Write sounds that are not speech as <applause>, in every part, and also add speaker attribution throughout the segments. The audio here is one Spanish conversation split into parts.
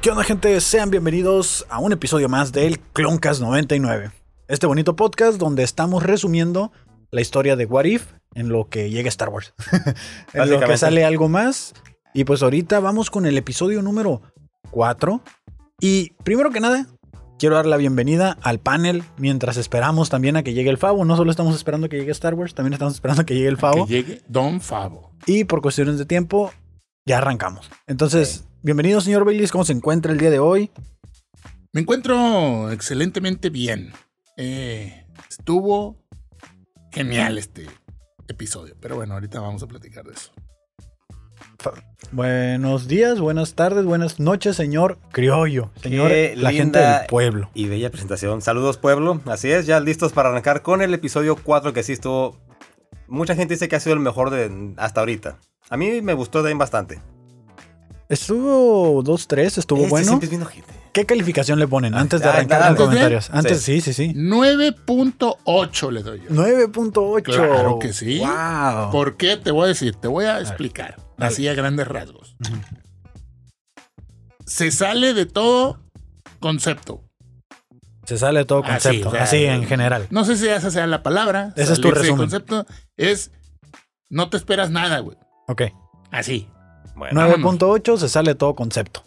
Speaker 1: ¿Qué onda gente? Sean bienvenidos a un episodio más del Cloncast 99. Este bonito podcast donde estamos resumiendo la historia de What If en lo que llega Star Wars. <laughs> en lo que
Speaker 2: Básicamente.
Speaker 1: sale algo más. Y pues ahorita vamos con el episodio número 4. Y primero que nada, quiero dar la bienvenida al panel mientras esperamos también a que llegue el Favo. No solo estamos esperando que llegue Star Wars, también estamos esperando que llegue el Favo.
Speaker 2: Que llegue Don Favo.
Speaker 1: Y por cuestiones de tiempo, ya arrancamos. Entonces, bienvenido, señor Baylis. ¿Cómo se encuentra el día de hoy?
Speaker 2: Me encuentro excelentemente bien. Eh, estuvo genial este episodio. Pero bueno, ahorita vamos a platicar de eso.
Speaker 1: Buenos días, buenas tardes, buenas noches, señor criollo. Señor,
Speaker 3: Qué
Speaker 1: la gente
Speaker 3: linda-
Speaker 1: del pueblo.
Speaker 3: Y bella presentación. Saludos, pueblo. Así es, ya listos para arrancar con el episodio 4 que sí estuvo. Mucha gente dice que ha sido el mejor de hasta ahorita. A mí me gustó también bastante.
Speaker 1: Estuvo 2-3, estuvo
Speaker 3: Este
Speaker 1: bueno.
Speaker 3: siempre es bien ojete.
Speaker 1: ¿Qué calificación le ponen antes de
Speaker 3: ah,
Speaker 1: arrancar
Speaker 3: antes
Speaker 1: los
Speaker 3: de-
Speaker 1: comentarios? Antes, sí,
Speaker 3: sí.
Speaker 1: sí, sí.
Speaker 2: 9.8 le doy yo.
Speaker 1: 9.8.
Speaker 2: Claro que sí.
Speaker 1: Wow.
Speaker 2: ¿Por qué? Te voy a decir, te voy a explicar.
Speaker 1: Dale.
Speaker 2: Así a grandes rasgos. Se sale de todo concepto.
Speaker 1: Se sale de todo
Speaker 2: Así,
Speaker 1: concepto,
Speaker 2: o sea,
Speaker 1: así en general.
Speaker 2: No sé si esa sea la palabra.
Speaker 1: Ese es tu
Speaker 2: salirse de
Speaker 1: resumen.
Speaker 2: concepto es no te esperas nada, güey.
Speaker 1: Ok.
Speaker 2: Así.
Speaker 3: Bueno,
Speaker 1: 9.8 se sale de todo concepto.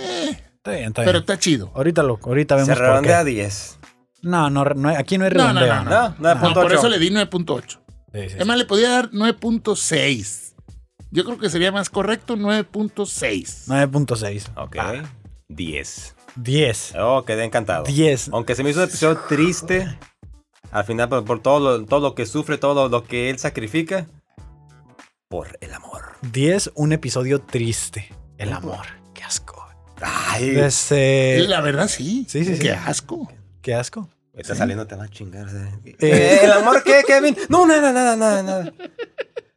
Speaker 2: Eh,
Speaker 1: Está bien, está bien.
Speaker 2: pero está chido.
Speaker 1: ahorita lo, ahorita
Speaker 3: se
Speaker 1: vemos por
Speaker 3: redondea a
Speaker 1: qué. Ah.
Speaker 3: 10.
Speaker 1: No, no, no, hay- aquí no hay
Speaker 2: No, no, no,
Speaker 1: redondeo.
Speaker 2: no.
Speaker 3: No,
Speaker 2: No,
Speaker 3: 9.8.
Speaker 2: por eso le di 9.8.
Speaker 1: Sí, sí, sí.
Speaker 2: Es más, le podía dar 9.6. Yo creo que sería más correcto
Speaker 1: eh,
Speaker 2: 9.6.
Speaker 1: 9.6.
Speaker 3: Ok.
Speaker 2: Ah.
Speaker 3: 10.
Speaker 1: 10.
Speaker 3: Oh, quedé encantado.
Speaker 1: 10.
Speaker 3: Aunque se me hizo un episodio triste. Al final, por, por todo, lo, todo lo que sufre, todo lo, lo que él sacrifica. Por el amor.
Speaker 1: 10, un episodio triste. El amor. Qué asco.
Speaker 3: Ay,
Speaker 1: Este,
Speaker 2: Eh, La verdad, sí.
Speaker 1: Sí, sí, sí.
Speaker 2: Qué asco.
Speaker 1: Qué asco.
Speaker 3: está saliendo, te va a chingar. ¿eh?
Speaker 1: Eh.
Speaker 3: ¿El amor qué, Kevin? No, nada, nada, nada, nada.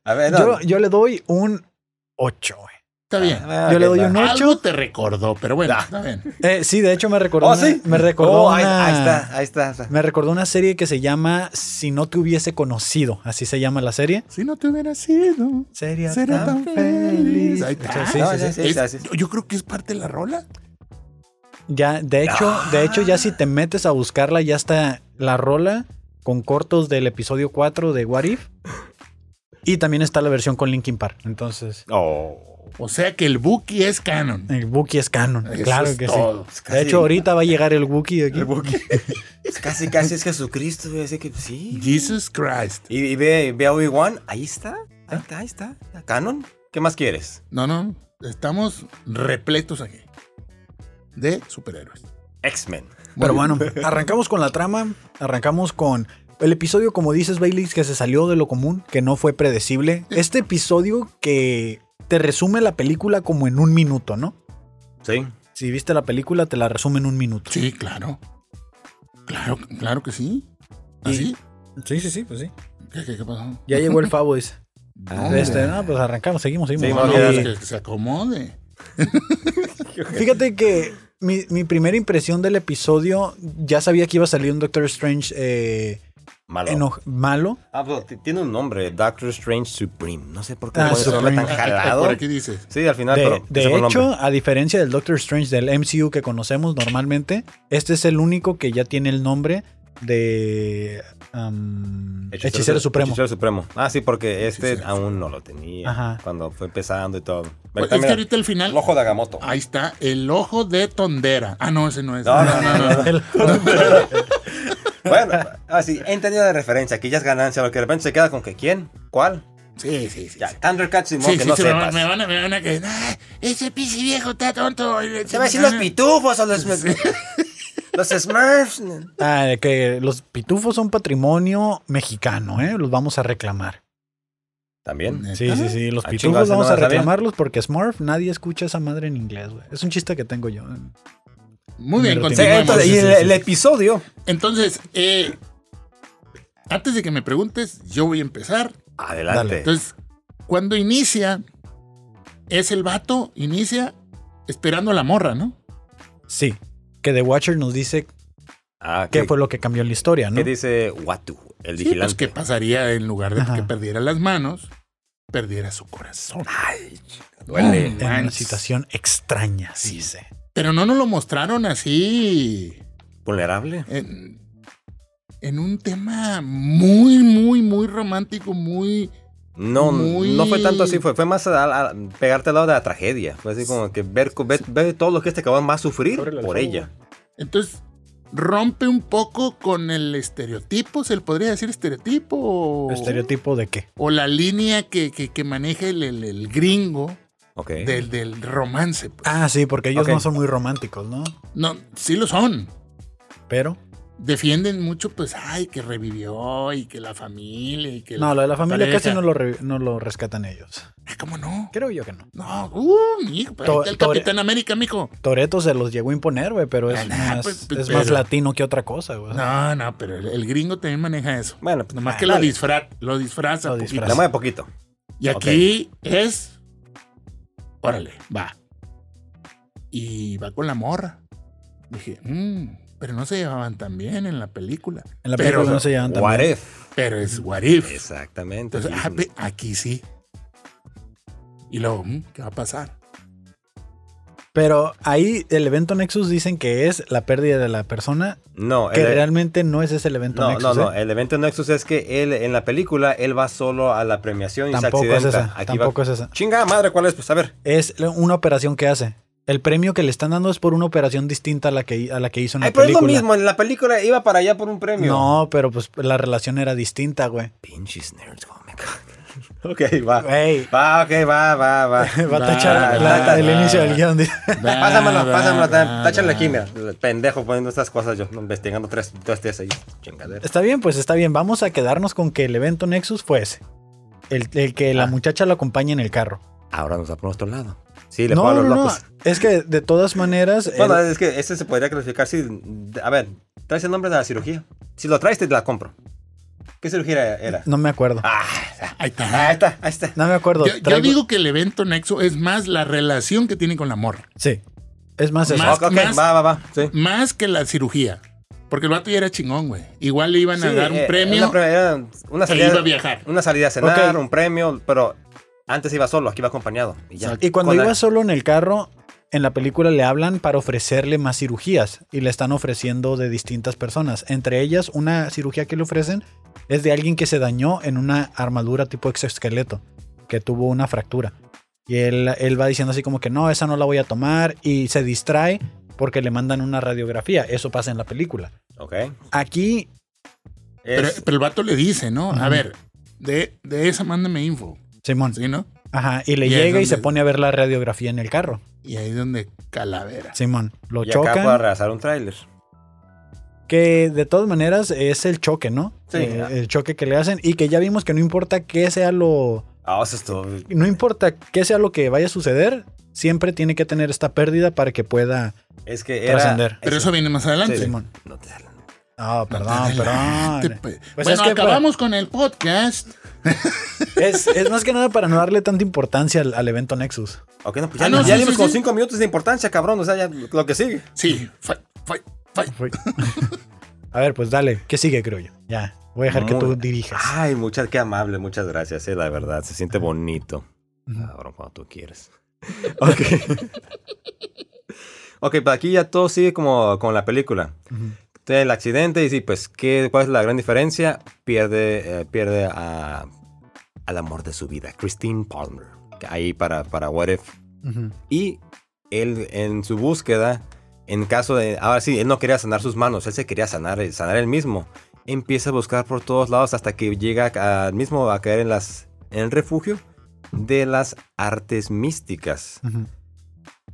Speaker 3: A ver,
Speaker 1: Yo,
Speaker 3: no.
Speaker 1: yo le doy un 8.
Speaker 2: Está bien.
Speaker 3: Ah,
Speaker 1: yo le
Speaker 3: ok,
Speaker 1: doy
Speaker 3: va.
Speaker 1: un ocho.
Speaker 2: Algo te recordó, pero bueno, está bien.
Speaker 1: Eh, sí, de hecho me recordó.
Speaker 3: Oh,
Speaker 1: una-
Speaker 3: sí.
Speaker 1: Me recordó.
Speaker 3: Oh, ahí,
Speaker 1: una-
Speaker 3: ahí está, ahí está. ahí está.
Speaker 1: Me recordó una serie que se llama Si no te hubiese conocido. Así se llama la serie.
Speaker 2: Si no te hubiera sido,
Speaker 1: Sería
Speaker 2: será
Speaker 1: tan
Speaker 2: tan feliz. Ahí
Speaker 1: O sea,
Speaker 2: está.
Speaker 1: sí,
Speaker 3: No,
Speaker 1: sí,
Speaker 3: ya
Speaker 1: sí.
Speaker 3: sé. sí,
Speaker 2: Es-
Speaker 3: sí, sí.
Speaker 2: Yo creo que es parte de la rola.
Speaker 1: Ya, de hecho, de hecho, ya si te metes a buscarla, ya está la rola con cortos del episodio 4 de What If. Y también está la versión con Linkin Park. Entonces,
Speaker 3: Oh.
Speaker 2: O sea que el Buki es canon.
Speaker 1: el Buki es canon.
Speaker 2: Eso
Speaker 1: Eh, claro
Speaker 2: es
Speaker 1: que
Speaker 2: todo.
Speaker 1: sí.
Speaker 3: Es
Speaker 1: De
Speaker 3: casi-
Speaker 1: hecho, ahorita va a llegar el Wookiee aquí.
Speaker 3: Es casi, casi es Jesucristo, güey, así que sí.
Speaker 2: Jesus Christ.
Speaker 3: Y, y ve, ve a Obi-Wan, ahí está, ahí está, ahí está. ¿Canon? ¿Qué más quieres?
Speaker 2: No, no. Estamos repletos aquí de superhéroes.
Speaker 3: X-Men.
Speaker 1: Pero bueno, arrancamos con la trama, arrancamos con el episodio, como dices, Bailey, que se salió de lo común, que no fue predecible. Este episodio que te resume la película como en un minuto, ¿no?
Speaker 3: Sí.
Speaker 1: Si viste la película, te la resume en un minuto.
Speaker 2: Sí, claro. Claro, claro que sí. ¿Así?
Speaker 1: sí, sí, sí, pues sí.
Speaker 2: ¿Qué, qué, qué pasó?
Speaker 1: Ya llegó el Favo, dice.
Speaker 3: Ah,
Speaker 2: No,
Speaker 1: Este,
Speaker 2: <laughs> hombre.
Speaker 1: no, pues arrancamos, seguimos, seguimos.
Speaker 3: Sí,
Speaker 2: No, no,
Speaker 3: vamos a
Speaker 1: Y
Speaker 3: darle.
Speaker 2: que, que se acomode.
Speaker 1: Fíjate que mi, mi primera impresión del episodio, ya sabía que iba a salir un Doctor Strange eh,
Speaker 3: Malo.
Speaker 1: eno- malo.
Speaker 3: Ah, pero t- tiene un nombre, Doctor Strange Supreme. No sé por qué
Speaker 1: Ah,
Speaker 3: le ponen ese nombre Pues, tan
Speaker 1: Supreme.
Speaker 3: jalado.
Speaker 2: Por aquí dices.
Speaker 3: Sí, al final,
Speaker 1: De,
Speaker 3: Ah, pero
Speaker 1: de
Speaker 3: ese fue el nombre.
Speaker 1: hecho, a diferencia del Doctor Strange del MCU que conocemos normalmente, este es el único que ya tiene el nombre de am, Hechicero, Supremo.
Speaker 3: Hechicero Supremo. Ah, sí, porque este
Speaker 2: Hechicero
Speaker 3: aún no lo tenía
Speaker 1: Ajá.
Speaker 3: cuando fue empezando y todo. Pero
Speaker 2: Es
Speaker 3: está,
Speaker 2: que
Speaker 3: mira,
Speaker 2: ¿este ahorita el final. Ah,
Speaker 3: el ojo de Agamotto.
Speaker 2: Ahí está, el ojo de Tondera. Ah, no, ese no es.
Speaker 3: No, no, no, no, no.
Speaker 1: <laughs> El-
Speaker 3: <laughs> Bueno, así, he entendido la referencia, que ya es ganancia, porque de repente se queda con que ¿quién? ¿Cuál?
Speaker 2: <laughs> Sí, sí, sí.
Speaker 3: Ya,
Speaker 2: sí.
Speaker 3: Thundercats y
Speaker 2: Sí,
Speaker 3: modo que
Speaker 2: sí,
Speaker 3: no
Speaker 2: sí, me,
Speaker 3: sepas.
Speaker 2: van, me, van a, me van a que. "Ah, ese pisi viejo está tonto. y-
Speaker 3: Se va a decir los pitufos o los,
Speaker 2: Sí.
Speaker 3: <laughs> los Smurfs.
Speaker 1: ah, de que los pitufos son patrimonio mexicano, ¿eh? Los vamos a reclamar.
Speaker 3: También.
Speaker 1: Sí, sí, sí. Los
Speaker 3: Ah,
Speaker 1: pitufos
Speaker 3: chingados,
Speaker 1: vamos
Speaker 3: no
Speaker 1: a
Speaker 3: la sabía.
Speaker 1: reclamarlos porque Smurf nadie escucha esa madre en inglés, güey. Es un chiste que tengo yo.
Speaker 2: Muy bien,
Speaker 1: Sí,
Speaker 3: Sí,
Speaker 2: continuemos.
Speaker 3: entonces,
Speaker 1: sí,
Speaker 3: y
Speaker 1: sí,
Speaker 3: el,
Speaker 1: sí.
Speaker 3: el episodio.
Speaker 2: Entonces, eh, antes de que me preguntes, yo voy a empezar.
Speaker 3: Adelante.
Speaker 2: Entonces, cuando inicia, es el vato, inicia esperando a la morra, ¿no?
Speaker 1: Sí. Que The Watcher nos dice
Speaker 3: ah,
Speaker 1: qué
Speaker 3: ¿qué,
Speaker 1: fue lo que cambió en la historia, ¿no?
Speaker 3: qué dice Watu, el
Speaker 2: Sí,
Speaker 3: vigilante?
Speaker 2: pues, ¿qué pasaría en lugar de
Speaker 1: Ajá.
Speaker 2: que perdiera las manos? Perdiera su corazón.
Speaker 3: Ay, duele.
Speaker 2: Mm.
Speaker 1: En una
Speaker 2: Manches.
Speaker 1: situación extraña, sí
Speaker 2: Sí.
Speaker 1: sé.
Speaker 2: Pero no nos lo mostraron así.
Speaker 3: Vulnerable.
Speaker 2: En, en un tema muy, muy, muy romántico, muy.
Speaker 3: No,
Speaker 2: Muy-
Speaker 3: no fue tanto así, fue, fue más a- a- pegarte al lado de la tragedia. Fue así como que ver, ver, ver todo lo que este cabrón va a sufrir
Speaker 1: Ábrele al
Speaker 3: por
Speaker 1: fuego.
Speaker 3: ella.
Speaker 2: Entonces, rompe un poco con el estereotipo, se le podría decir estereotipo. O,
Speaker 1: ¿Estereotipo de qué?
Speaker 2: o la línea que, que- que maneja el, el- el gringo
Speaker 3: Ok.
Speaker 2: del, del romance. pues.
Speaker 1: Ah, sí, porque ellos
Speaker 3: Ok.
Speaker 1: no son muy románticos, ¿no?
Speaker 2: No, sí lo son.
Speaker 1: Pero.
Speaker 2: Defienden mucho, pues, ay, que revivió y que la familia y que.
Speaker 1: No, lo de la familia
Speaker 2: pareja.
Speaker 1: casi no lo, re- no lo rescatan ellos.
Speaker 2: Ah, ¿Cómo no?
Speaker 1: Creo yo que no.
Speaker 2: No, uh, mijo, pues, ahí
Speaker 1: To-
Speaker 2: está el
Speaker 1: to-
Speaker 2: Capitán América, mijo.
Speaker 1: Toreto se los llegó a imponer, güey, pero es,
Speaker 2: Ah, nah,
Speaker 1: más,
Speaker 2: pues, pues,
Speaker 1: es más
Speaker 2: pero-
Speaker 1: latino que otra cosa, güey.
Speaker 2: No, no, pero el, el gringo también maneja eso.
Speaker 3: Bueno, pues,
Speaker 2: Nomás
Speaker 3: ah,
Speaker 2: que lo,
Speaker 3: dale,
Speaker 2: disfra- lo disfraza.
Speaker 1: Lo
Speaker 2: poquito.
Speaker 1: disfraza.
Speaker 3: La mueve poquito.
Speaker 2: Y aquí es. Órale, va. Y va con la morra. Dije, "Mm, pero no se llevaban tan bien en la película.
Speaker 1: En la
Speaker 2: pero,
Speaker 1: película no se llevan tan
Speaker 3: What
Speaker 1: bien.
Speaker 3: if?
Speaker 2: Pero es what if.
Speaker 3: Exactamente.
Speaker 2: Entonces,
Speaker 3: sí,
Speaker 2: ah,
Speaker 3: sí.
Speaker 2: ve, aquí sí. Y luego, "Mm, ¿qué va a pasar?
Speaker 1: Pero ahí el evento Nexus dicen que es la pérdida de la persona,
Speaker 3: no,
Speaker 1: que
Speaker 3: el- e-,
Speaker 1: realmente no es ese el evento
Speaker 3: Eh, no,
Speaker 1: Nexus.
Speaker 3: no, no,
Speaker 1: ¿eh?
Speaker 3: El evento Nexus es que él en la película él va solo a la premiación y
Speaker 1: Tampoco
Speaker 3: se
Speaker 1: es
Speaker 3: accidenta.
Speaker 1: esa.
Speaker 3: Aquí va-
Speaker 1: Tampoco es esa.
Speaker 3: Chinga madre, ¿cuál es? Pues a ver.
Speaker 1: Es la- una operación que hace. El premio que le están dando es por una operación distinta a la que, a la que hizo en la
Speaker 3: Ay, pero es lo
Speaker 1: película.
Speaker 3: mismo, en la película iba para allá por un premio.
Speaker 1: No, pero pues la relación era distinta, güey.
Speaker 3: Pinches nerds, oh my god. <laughs> Ok, va.
Speaker 1: Güey,
Speaker 3: Va, ok, va,
Speaker 1: <laughs>
Speaker 3: va, va.
Speaker 1: va a
Speaker 2: Va,
Speaker 1: tachar
Speaker 3: va,
Speaker 1: la-
Speaker 3: va,
Speaker 1: el
Speaker 2: va.
Speaker 1: inicio del guión. dice. <laughs>
Speaker 2: Va,
Speaker 3: Pásamelo,
Speaker 2: va,
Speaker 3: pásamelo,
Speaker 2: va,
Speaker 3: táchale
Speaker 2: va.
Speaker 3: aquí, mira. Pendejo poniendo estas cosas yo, investigando tres, tres días ahí. Chingadera.
Speaker 1: Está bien, pues está bien. Vamos a quedarnos con que el evento Nexus fue ese. El, el que la
Speaker 3: Ah.
Speaker 1: muchacha lo acompaña en el carro.
Speaker 3: Ahora nos va por nuestro lado. Sí, le
Speaker 1: No,
Speaker 3: pongo a los
Speaker 1: no, no.
Speaker 3: locos.
Speaker 1: Es que de todas
Speaker 2: Eh,
Speaker 1: maneras.
Speaker 3: Bueno,
Speaker 1: el-
Speaker 3: es que este se podría clasificar si. A ver, traes el nombre de la cirugía. Si lo traes, te la compro. ¿Qué cirugía era?
Speaker 1: no me acuerdo.
Speaker 3: eh. Ah,
Speaker 2: Ahí está.
Speaker 3: ahí está, ahí está.
Speaker 1: No me acuerdo.
Speaker 2: Yo, yo
Speaker 1: Traigo-
Speaker 2: digo que el evento Nexo es más la relación que tiene con la morra.
Speaker 1: Sí. Es más, eso.
Speaker 2: Más-
Speaker 3: ok, ok,
Speaker 2: más-
Speaker 3: va, va, va. Sí.
Speaker 2: Más que la cirugía. Porque el vato ya era chingón, güey. Igual le iban a
Speaker 3: Sí,
Speaker 2: dar un
Speaker 3: eh,
Speaker 2: premio.
Speaker 3: Una, pre- era una
Speaker 2: Se
Speaker 3: salida,
Speaker 2: iba a viajar.
Speaker 3: Una salida a cenar,
Speaker 1: Ok.
Speaker 3: un premio, pero antes iba solo, aquí iba acompañado. Y, ya.
Speaker 1: Y cuando
Speaker 3: Con la-
Speaker 1: iba solo en el carro, en la película le hablan para ofrecerle más cirugías y le están ofreciendo de distintas personas. Entre ellas, una cirugía que le ofrecen es de alguien que se dañó en una armadura tipo exoesqueleto, que tuvo una fractura. Y él, él va diciendo así como que no, esa no la voy a tomar y se distrae porque le mandan una radiografía. Eso pasa en la película.
Speaker 3: Ok.
Speaker 1: Aquí,
Speaker 2: Pero,
Speaker 3: Es-
Speaker 2: pero el vato le dice, ¿no? A
Speaker 1: Ujú.
Speaker 2: ver, de, de esa mándame info.
Speaker 1: Simón,
Speaker 2: ¿Sí, no?
Speaker 1: ajá, y le
Speaker 2: Y ahí es
Speaker 1: llega y se
Speaker 2: donde-
Speaker 1: pone a ver la radiografía en el carro.
Speaker 2: Y ahí es donde calavera.
Speaker 1: Simón, lo
Speaker 3: y acá
Speaker 1: chocan.
Speaker 3: para realizar un tráiler.
Speaker 1: Que de todas maneras es el choque, ¿no?
Speaker 3: Sí.
Speaker 1: Eh, el choque que le hacen y que ya vimos que no importa qué sea lo...
Speaker 3: Ah, eso es todo.
Speaker 1: No importa qué sea lo que vaya a suceder, siempre tiene que tener esta pérdida para que pueda...
Speaker 3: Es que era.
Speaker 1: Trascender.
Speaker 2: Pero eso viene más adelante.
Speaker 3: Sí.
Speaker 1: Simón.
Speaker 3: No te salen.
Speaker 1: Ah, perdón,
Speaker 2: Adelante, <laughs>
Speaker 1: perdón.
Speaker 2: pues.
Speaker 1: Pues
Speaker 2: bueno,
Speaker 1: es que
Speaker 2: acabamos con el podcast.
Speaker 1: Es, es más que nada para no darle tanta importancia al, al evento Nexus.
Speaker 3: Ok, no, pues ya,
Speaker 2: Ah, no,
Speaker 3: ya
Speaker 2: sí,
Speaker 3: dimos
Speaker 2: sí,
Speaker 3: como
Speaker 2: sí.
Speaker 3: cinco minutos de importancia, cabrón. O sea, ya lo que sigue.
Speaker 2: Sí, fue, fue, fue.
Speaker 1: <laughs> A ver, pues dale, ¿qué sigue, creo yo? Ya, voy a dejar que
Speaker 3: Muy-
Speaker 1: tú dirijas.
Speaker 3: Ay, muchas, qué amable, muchas gracias, eh, la verdad. Se siente bonito. Cabrón, cuando tú quieres. <laughs> Ok. ok, pero aquí ya todo sigue como con la película.
Speaker 1: Ujú.
Speaker 3: Tiene el accidente y sí, pues, ¿qué, ¿cuál es la gran diferencia? Pierde, eh, pierde a, al amor de su vida, Christine Palmer. que Ahí para, para What If.
Speaker 1: Ujú.
Speaker 3: Y él, en su búsqueda, en caso de. Ahora sí, él no quería sanar sus manos, él se quería sanar, eh, sanar él mismo. Empieza a buscar por todos lados hasta que llega a- al mismo a caer en, las, en el refugio de las artes místicas.
Speaker 1: Ujú.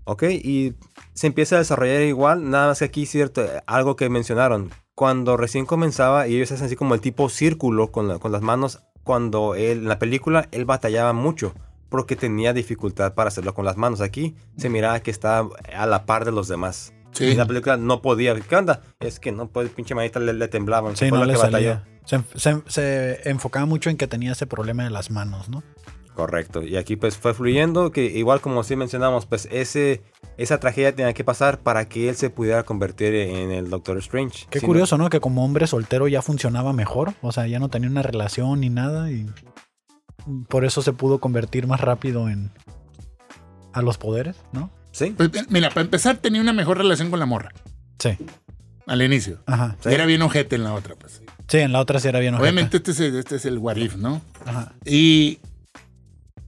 Speaker 3: ¿Ok? Y se empieza a desarrollar igual, nada más que aquí cierto, eh, algo que mencionaron. Cuando recién comenzaba, y ellos hacen así como el tipo círculo con, la- con las manos, cuando él, en la película, él batallaba mucho, porque tenía dificultad para hacerlo con las manos. Aquí se miraba que estaba a la par de los demás.
Speaker 2: Sí.
Speaker 3: En la película no podía. ¿Qué onda? Es que no puede, pinche manita le, le temblaban.
Speaker 1: Sí,
Speaker 3: fue
Speaker 1: no
Speaker 3: lo
Speaker 1: le
Speaker 3: que batalló.
Speaker 1: salía. Se, enf- se enf- se enfocaba mucho en que tenía ese problema de las manos, ¿no?
Speaker 3: Correcto. Y aquí pues fue fluyendo, que igual como sí mencionamos, pues ese, esa tragedia tenía que pasar para que él se pudiera convertir en el Doctor Strange.
Speaker 1: Qué
Speaker 3: Si no-
Speaker 1: curioso, ¿no? Que como hombre soltero ya funcionaba mejor. O sea, ya no tenía una relación ni nada. Y por eso se pudo convertir más rápido en. a los poderes, ¿no?
Speaker 3: Sí.
Speaker 2: Pues, mira, para empezar tenía una mejor relación con la morra
Speaker 1: Sí.
Speaker 2: al inicio.
Speaker 1: Ajá.
Speaker 3: Sí.
Speaker 2: Era bien ojete en la otra, pues.
Speaker 1: Sí, en la otra sí era bien ojete.
Speaker 2: Obviamente este es, el- este es el Warif, ¿no?
Speaker 1: Ajá.
Speaker 2: Y,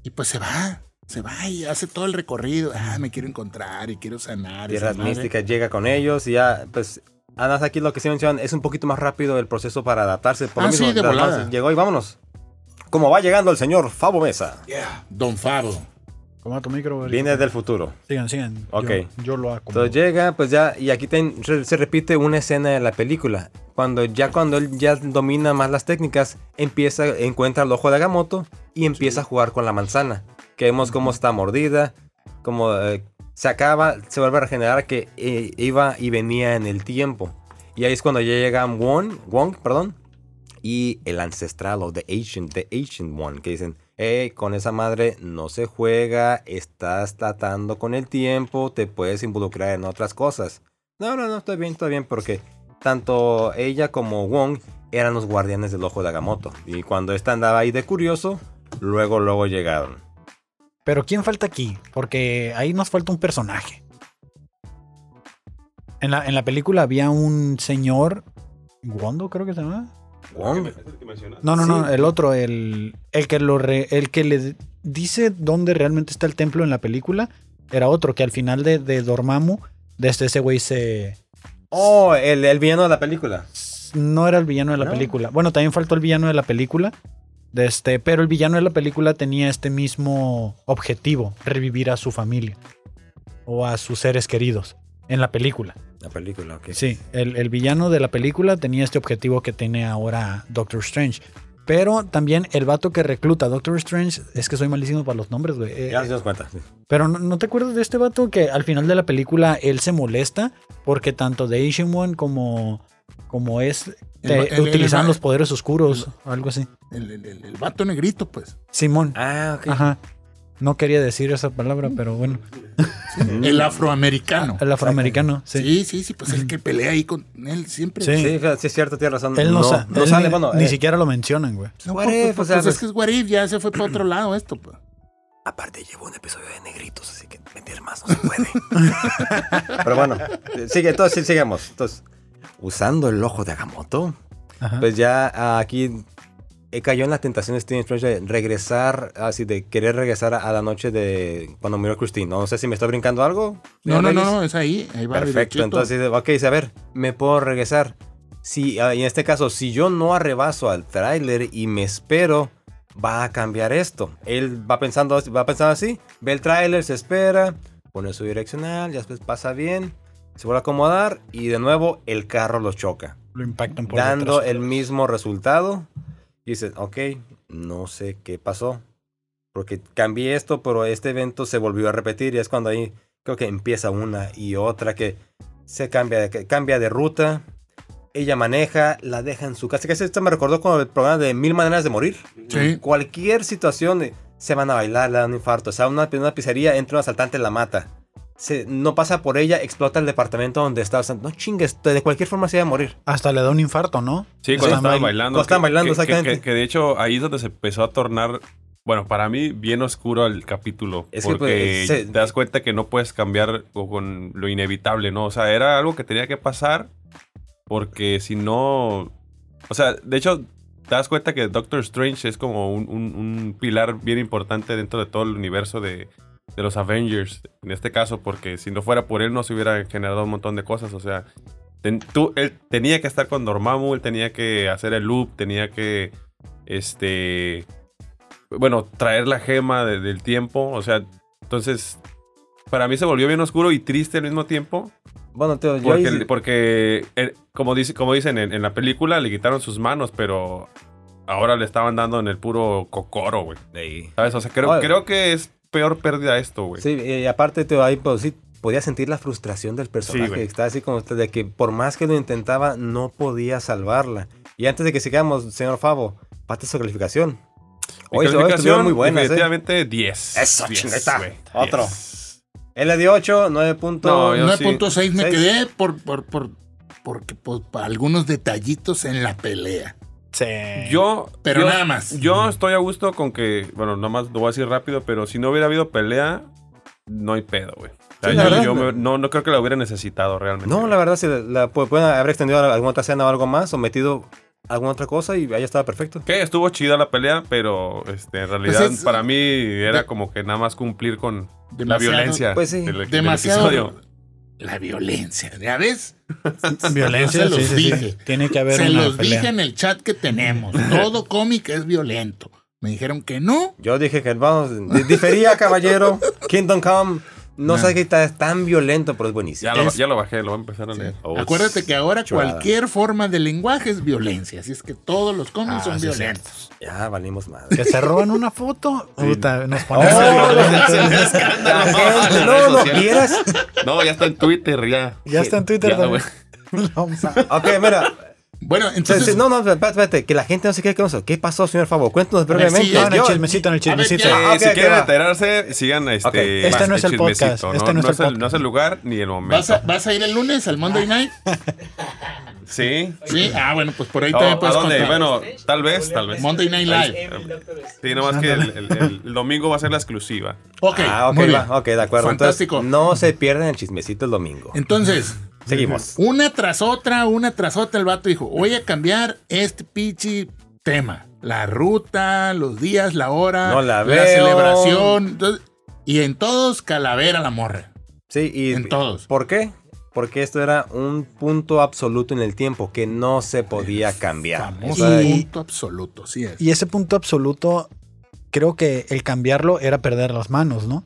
Speaker 2: y pues se va, se va y hace todo el recorrido. Ah, me quiero encontrar y quiero sanar. y
Speaker 3: Tierras
Speaker 2: esa madre.
Speaker 3: místicas llega con ellos y ya, pues, además aquí lo que sí mencionan es un poquito más rápido el proceso para adaptarse. Por lo
Speaker 2: Ah,
Speaker 3: mismo,
Speaker 2: sí, de
Speaker 3: nada más
Speaker 2: volada.
Speaker 3: Llegó y vámonos. Como va llegando el señor Fabo Mesa,
Speaker 2: Don Fabo.
Speaker 1: Como tu micro, güey.
Speaker 3: viene del futuro.
Speaker 1: Sigan, sigan.
Speaker 3: Ok.
Speaker 1: Yo, yo lo hago.
Speaker 3: Entonces llega, pues ya, y aquí ten- re- se repite una escena de la película. Cuando ya cuando él ya domina más las técnicas, empieza, encuentra el ojo de Agamotto y empieza a jugar con la manzana. Que vemos cómo está mordida, cómo eh, se acaba, se vuelve a regenerar que eh, iba y venía en el tiempo. Y ahí es cuando ya llega Wong, Wong perdón, y el ancestral o The Ancient, The Ancient One, que dicen, hey, con esa madre no se juega, estás tratando con el tiempo, te puedes involucrar en otras cosas. No, no, no, está bien, está bien, porque tanto ella como Wong eran los guardianes del ojo de Agamotto. Y cuando esta andaba ahí de curioso, luego, luego llegaron.
Speaker 1: Pero ¿quién falta aquí? Porque ahí nos falta un personaje. En la, en la película había un señor. Wondo, creo que se llama.
Speaker 3: Wong,
Speaker 1: No, no, no,
Speaker 3: Sí.
Speaker 1: el otro, el, el que lo re- el que le dice dónde realmente está el templo en la película, era otro que al final de, de Dormammu, desde ese güey se
Speaker 3: oh, el, el villano de la película.
Speaker 1: no era el villano de la
Speaker 3: No.
Speaker 1: película. Bueno, también faltó el villano de la película. De este, pero el villano de la película tenía este mismo objetivo, revivir a su familia o a sus seres queridos en la película.
Speaker 3: La película, ok.
Speaker 1: Sí, el, el villano de la película tenía este objetivo que tiene ahora Doctor Strange. Pero también el vato que recluta a Doctor Strange, es que soy malísimo para los nombres, güey. Eh,
Speaker 3: Ya nos dimos cuenta. sí.
Speaker 1: pero no, ¿no te acuerdas de este vato que al final de la película él se molesta porque tanto The Asian One como, como es
Speaker 2: El-
Speaker 1: eh,
Speaker 2: el- el-
Speaker 1: utilizaban
Speaker 2: el-
Speaker 1: los poderes oscuros o algo así.
Speaker 2: El, el- el- el vato negrito, pues.
Speaker 1: Simón.
Speaker 3: Ah, ok.
Speaker 1: Ajá. No quería decir esa palabra, pero bueno.
Speaker 3: Mm.
Speaker 2: El afroamericano.
Speaker 3: Ah,
Speaker 1: El afroamericano, sí.
Speaker 2: Sí, sí, sí, pues el que pelea ahí con él siempre.
Speaker 1: Sí.
Speaker 3: Mm. Sí, fíjate, sí es cierto, tienes razón.
Speaker 1: Él no, sa- él
Speaker 3: sale,
Speaker 1: ni,
Speaker 3: bueno,
Speaker 1: ni
Speaker 3: eh,
Speaker 1: siquiera lo mencionan, güey.
Speaker 2: No,
Speaker 3: What
Speaker 2: pues,
Speaker 3: if,
Speaker 2: pues,
Speaker 3: o sea,
Speaker 2: pues,
Speaker 3: pues-
Speaker 2: es que es Warif, ya se fue para otro lado esto, pues.
Speaker 3: Aparte llevo un episodio de negritos, así que meter más no se puede. <laughs> Pero bueno, eh, sigue, entonces sí, sigamos. Entonces, usando el ojo de Agamotto,
Speaker 1: Ajá.
Speaker 3: pues ya ah, aquí eh, cayó en la tentación de Steven Strange de regresar, así de querer regresar a la noche de cuando murió Christine. No, sé si me está brincando algo.
Speaker 2: No, no, no,
Speaker 3: Reyes.
Speaker 2: no, es ahí. Ahí va
Speaker 3: Perfecto,
Speaker 2: derechito.
Speaker 3: entonces, de- ok, dice, a ver, me puedo regresar. Si, ah, y en este caso, si yo no arrebaso al tráiler y me espero, va a cambiar esto. Él va pensando, va pensando así, ve el tráiler, se espera, pone su direccional, ya después pasa bien, se vuelve a acomodar y de nuevo el carro lo choca,
Speaker 1: lo impactan por
Speaker 3: dando
Speaker 1: detrás.
Speaker 3: el mismo resultado. Y dice, ok, no sé qué pasó, porque cambié esto, pero este evento se volvió a repetir y es cuando ahí creo que empieza una y otra que se cambia de, que cambia de ruta. Ella maneja, la deja en su casa. Que esto me recordó con el programa de Mil Maneras de Morir. mm.
Speaker 2: Sí.
Speaker 3: Cualquier situación, eh, se van a bailar, le dan un infarto. O sea, una, en una pizzería entra un asaltante, la mata. Se- no pasa por ella, explota el departamento donde está. O sea, no chingues, de cualquier forma se va a morir.
Speaker 1: Hasta le da un infarto, ¿no?
Speaker 4: Sí,
Speaker 1: O
Speaker 4: cuando
Speaker 1: sea,
Speaker 4: estaban
Speaker 1: bail-
Speaker 4: bailando.
Speaker 3: cuando estaban
Speaker 4: que-
Speaker 3: bailando,
Speaker 4: que- que-
Speaker 3: exactamente.
Speaker 4: Que, que de hecho ahí es donde se empezó a tornar, bueno, para mí, bien oscuro el capítulo.
Speaker 3: Es que,
Speaker 4: porque
Speaker 3: pues, se-
Speaker 4: te das cuenta que no puedes cambiar o con lo inevitable, ¿no? O sea, era algo que tenía que pasar porque si no... O sea, de hecho, te das cuenta que Doctor Strange es como un, un- un pilar bien importante dentro de todo el universo de, de los Avengers, en este caso, porque si no fuera por él no se hubiera generado un montón de cosas, o sea... ten- tú- él tenía que estar con Dormammu, él tenía que hacer el loop, tenía que este bueno, traer la gema de- del tiempo, o sea, entonces para mí se volvió bien oscuro y triste al mismo tiempo,
Speaker 3: Bueno, Teo, yo ahí-
Speaker 4: porque, porque, eh, como, dice, como dicen en, en la película, le quitaron sus manos, pero ahora le estaban dando en el puro cocoro, güey.
Speaker 3: Ey.
Speaker 4: ¿Sabes? O sea, creo,
Speaker 3: Ay.
Speaker 4: creo que es peor pérdida esto, güey.
Speaker 3: Sí, y aparte Teo, ahí pues, sí, podía sentir la frustración del personaje.
Speaker 4: güey.
Speaker 3: Estaba así como de que por más que lo intentaba, no podía salvarla. Y antes de que sigamos, señor Favo, parte su calificación.
Speaker 4: Mi
Speaker 3: Hoy, hoy
Speaker 4: calificación,
Speaker 3: estuvieron muy buenas. ¿eh?
Speaker 4: Definitivamente 10.
Speaker 3: Eso,
Speaker 4: 10,
Speaker 3: chingada.
Speaker 4: güey.
Speaker 3: Otro.
Speaker 4: 10.
Speaker 3: Él le dio 8, 9 puntos.
Speaker 4: No, yo- sí.
Speaker 2: 9.6 me
Speaker 3: Seis.
Speaker 2: quedé por, por, por, porque, por, por algunos detallitos en la pelea.
Speaker 1: Sí.
Speaker 4: Yo.
Speaker 2: Pero
Speaker 4: yo-
Speaker 2: nada más.
Speaker 4: Yo estoy a gusto con que. Bueno, nomás lo voy a decir rápido, pero si no hubiera habido pelea, no hay pedo, güey. O sea,
Speaker 3: Sí, la
Speaker 4: yo-
Speaker 3: verdad,
Speaker 4: yo
Speaker 3: no.
Speaker 4: me- no, no creo que la hubiera necesitado realmente.
Speaker 3: No, la verdad, si la, la pu- pueden haber extendido a alguna otra escena o algo más o metido alguna otra cosa y ahí estaba perfecto.
Speaker 4: Que estuvo chida la pelea, pero este, en realidad
Speaker 2: Pues es-
Speaker 4: para mí era
Speaker 2: de-
Speaker 4: como que nada más cumplir con la
Speaker 2: Demasiado-
Speaker 4: violencia
Speaker 3: pues sí,
Speaker 4: del, del episodio.
Speaker 2: Demasiado. La violencia, ¿ya ves?
Speaker 1: <laughs> Violencia,
Speaker 2: Se los
Speaker 1: sí, sí, sí.
Speaker 2: dije.
Speaker 1: Tiene que haber
Speaker 2: Se
Speaker 1: una
Speaker 2: los
Speaker 1: pelea.
Speaker 2: dije en el chat que tenemos.
Speaker 3: <laughs>
Speaker 2: Todo cómic es violento. Me dijeron que no.
Speaker 3: Yo dije que vamos, di-
Speaker 4: <laughs>
Speaker 3: difería, caballero. Kingdom Come, no
Speaker 2: Nah.
Speaker 3: sé qué está es tan violento, pero es buenísimo.
Speaker 4: Ya, lo,
Speaker 2: Es-
Speaker 4: ya lo bajé, lo voy a empezar a leer.
Speaker 3: <laughs>
Speaker 4: Oh,
Speaker 2: Acuérdate que ahora
Speaker 3: chulada.
Speaker 2: cualquier forma de lenguaje es violencia. Así es que todos los cómics
Speaker 1: Ah,
Speaker 2: son
Speaker 1: sí,
Speaker 2: violentos.
Speaker 3: Ya valimos madre.
Speaker 1: Que se roban una foto. Puta, nos
Speaker 3: Oh,
Speaker 1: ponemos.
Speaker 3: la
Speaker 4: <laughs>
Speaker 3: gente, no, no quieras.
Speaker 4: No, ya está en Twitter, ya.
Speaker 1: ya está en Twitter
Speaker 4: Ya,
Speaker 1: también. <laughs> No, mames.
Speaker 3: Ok, mira.
Speaker 2: Bueno,
Speaker 3: se- se-
Speaker 2: entonces.
Speaker 3: no, no, espérate, espérate, que la gente no se quede con eso. ¿Qué pasó, señor Favo? Cuéntanos
Speaker 2: ver,
Speaker 3: brevemente.
Speaker 2: sí,
Speaker 1: No, en el
Speaker 3: Yo-
Speaker 1: chismecito, en el
Speaker 2: A ver,
Speaker 1: chismecito.
Speaker 2: ya.
Speaker 4: Eh,
Speaker 3: Ah, ok,
Speaker 4: si
Speaker 3: ok,
Speaker 4: quieren
Speaker 3: va.
Speaker 4: enterarse, sigan este.
Speaker 3: Ok, este
Speaker 4: más
Speaker 1: no es el
Speaker 4: chismecito,
Speaker 1: podcast, este no es el
Speaker 4: no es el lugar ni el momento.
Speaker 2: ¿Vas a, vas a ir el lunes al Monday Night?
Speaker 4: Sí.
Speaker 2: Sí. Ah, bueno, pues por ahí
Speaker 4: Oh,
Speaker 2: también
Speaker 4: ¿A
Speaker 2: puedes
Speaker 4: dónde?
Speaker 2: contar.
Speaker 4: Bueno, tal vez, tal vez.
Speaker 2: Monday Night Live.
Speaker 4: Sí, nomás que el, el- el- el domingo va a ser la exclusiva.
Speaker 2: Ok,
Speaker 3: Ah, ok,
Speaker 2: muy bien.
Speaker 3: va, ok, de acuerdo. Entonces,
Speaker 2: Fantástico.
Speaker 3: no se pierdan el chismecito el domingo.
Speaker 2: Entonces,
Speaker 3: Seguimos.
Speaker 2: una tras otra, una tras otra, el vato dijo, voy a cambiar este pinche tema. La ruta, los días, la hora,
Speaker 3: No la veo.
Speaker 2: celebración. Entonces, y en todos, calavera la morra.
Speaker 3: Sí, y
Speaker 2: En todos.
Speaker 3: ¿Por qué? Porque esto era un punto absoluto en el tiempo que no se podía cambiar.
Speaker 2: Famoso
Speaker 3: O sea,
Speaker 1: Y-
Speaker 2: punto absoluto, sí es.
Speaker 1: Y ese punto absoluto, creo que el cambiarlo era perder las manos, ¿no?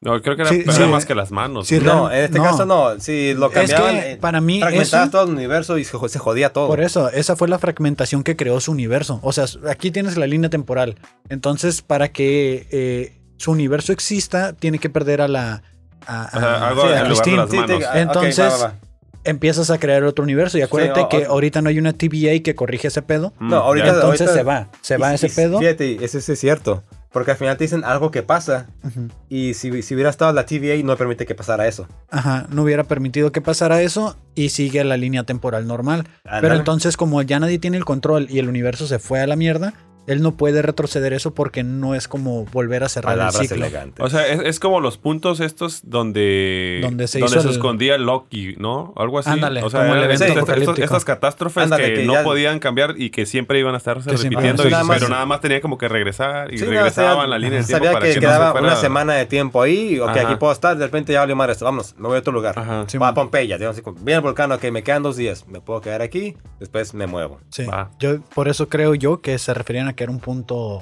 Speaker 4: No, creo que era,
Speaker 1: Sí,
Speaker 4: era
Speaker 1: sí.
Speaker 4: más que las manos.
Speaker 1: Sí,
Speaker 4: ¿no?
Speaker 3: no,
Speaker 1: real-
Speaker 3: en este
Speaker 1: no.
Speaker 3: caso no. Si lo
Speaker 1: Es
Speaker 3: cambiaban,
Speaker 1: que
Speaker 3: eh,
Speaker 1: para mí
Speaker 3: fragmentabas
Speaker 1: eso,
Speaker 3: todo el universo y se, jo- se jodía todo.
Speaker 1: por eso, esa fue la fragmentación que creó su universo. O sea, aquí tienes la línea temporal. Entonces, para que eh, su universo exista, tiene que perder a la... a-
Speaker 4: O sea,
Speaker 1: a-
Speaker 4: algo
Speaker 1: sí, a
Speaker 4: en lugar de
Speaker 1: Christine.
Speaker 4: las
Speaker 3: Sí, te-
Speaker 4: manos.
Speaker 3: ah, ok,
Speaker 1: Entonces-
Speaker 3: va, va, va.
Speaker 1: Empiezas a crear otro universo y acuérdate
Speaker 3: Sí, o-
Speaker 1: que
Speaker 3: o-
Speaker 1: ahorita no hay una TVA que corrige ese pedo.
Speaker 4: Mm,
Speaker 3: No, ahorita-
Speaker 4: ya.
Speaker 1: Entonces
Speaker 3: ahorita-
Speaker 1: se va, se va
Speaker 3: Y-
Speaker 1: ese
Speaker 3: y-
Speaker 1: pedo.
Speaker 3: Fíjate, eso sí es cierto. Porque al final te dicen algo que pasa.
Speaker 1: Ujú.
Speaker 3: Y si, si hubiera estado la TVA, no permite que pasara eso.
Speaker 1: Ajá, no hubiera permitido que pasara eso y sigue la línea temporal normal. Pero
Speaker 3: Ándale.
Speaker 1: entonces, como ya nadie tiene el control y el universo se fue a la mierda, él no puede retroceder eso porque no es como volver a cerrar el
Speaker 3: Palabras
Speaker 1: ciclo.
Speaker 3: elegantes.
Speaker 4: O sea, es, es como los puntos estos donde,
Speaker 1: Donde se hizo el-
Speaker 4: escondía Loki, ¿no? Algo así.
Speaker 1: Ándale,
Speaker 4: o sea,
Speaker 1: como el
Speaker 4: eran
Speaker 1: evento
Speaker 4: estas- estas,
Speaker 1: apocalíptico.
Speaker 4: estas catástrofes
Speaker 3: Ándale,
Speaker 4: que,
Speaker 3: que
Speaker 4: no
Speaker 3: ya-
Speaker 4: podían cambiar y que siempre iban a estarse
Speaker 1: Que siempre iban
Speaker 4: repitiendo,
Speaker 1: a
Speaker 4: y-
Speaker 1: estar- Nada
Speaker 4: pero
Speaker 1: más-
Speaker 4: nada más tenía como que regresar y
Speaker 3: Sí, nada,
Speaker 4: regresaban
Speaker 3: o sea,
Speaker 4: la línea de tiempo
Speaker 3: Sabía
Speaker 4: para
Speaker 3: que,
Speaker 4: que, no se
Speaker 3: quedaba
Speaker 4: fuera-
Speaker 3: una semana de tiempo ahí. Ok,
Speaker 4: Ajá.
Speaker 3: aquí puedo estar. De repente ya valió madre esto. Vámonos, me voy a otro lugar.
Speaker 4: Ajá.
Speaker 1: Sí,
Speaker 3: Va a
Speaker 1: man.
Speaker 3: Pompeya. digamos, así como, Viene el volcán, ok, me quedan dos días. Me puedo quedar aquí. Después me muevo.
Speaker 1: Sí.
Speaker 4: Va.
Speaker 1: Yo por eso creo yo que se referían a que era un punto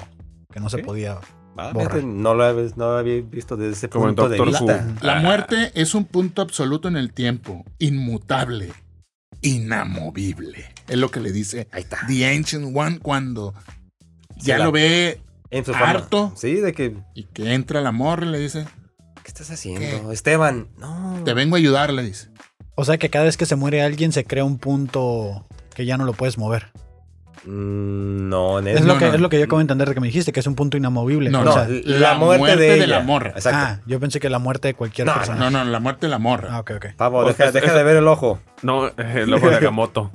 Speaker 1: que no se
Speaker 3: Sí.
Speaker 1: podía.
Speaker 3: Va,
Speaker 1: Borra.
Speaker 3: fíjate, no, lo había, no lo había visto desde ese
Speaker 4: Como en
Speaker 3: punto de
Speaker 4: Doctor Who.
Speaker 3: vista.
Speaker 2: La
Speaker 4: Ah.
Speaker 2: muerte es un punto absoluto en el tiempo, inmutable, inamovible. Es lo que le dice
Speaker 3: Ahí está.
Speaker 2: The Ancient One cuando ya
Speaker 3: la-
Speaker 2: lo ve
Speaker 3: En su forma.
Speaker 2: harto
Speaker 3: Sí, de que.
Speaker 2: y que entra el amor y le dice,
Speaker 3: ¿Qué estás haciendo? Esteban, no.
Speaker 2: te vengo a ayudar, le dice.
Speaker 1: O sea que cada vez que se muere alguien se crea un punto que ya no lo puedes mover.
Speaker 3: Mm, no, en
Speaker 1: Es,
Speaker 3: el-
Speaker 1: lo
Speaker 2: no,
Speaker 1: que
Speaker 2: no.
Speaker 1: es lo que yo acabo de entender de que me dijiste que es un punto inamovible.
Speaker 2: No,
Speaker 1: O
Speaker 3: no,
Speaker 1: sea,
Speaker 2: la muerte de
Speaker 3: ella.
Speaker 2: la morra.
Speaker 1: ah,
Speaker 3: Exacto.
Speaker 1: yo pensé que la muerte de cualquier
Speaker 3: No,
Speaker 1: persona.
Speaker 2: No, no, la muerte de la morra.
Speaker 1: Ah, ok, ok.
Speaker 3: Pavo,
Speaker 4: Pues,
Speaker 3: deja,
Speaker 4: es-
Speaker 3: deja
Speaker 4: es-
Speaker 3: de ver el ojo.
Speaker 4: No, eh, el ojo de
Speaker 1: <laughs>
Speaker 4: Agamotto.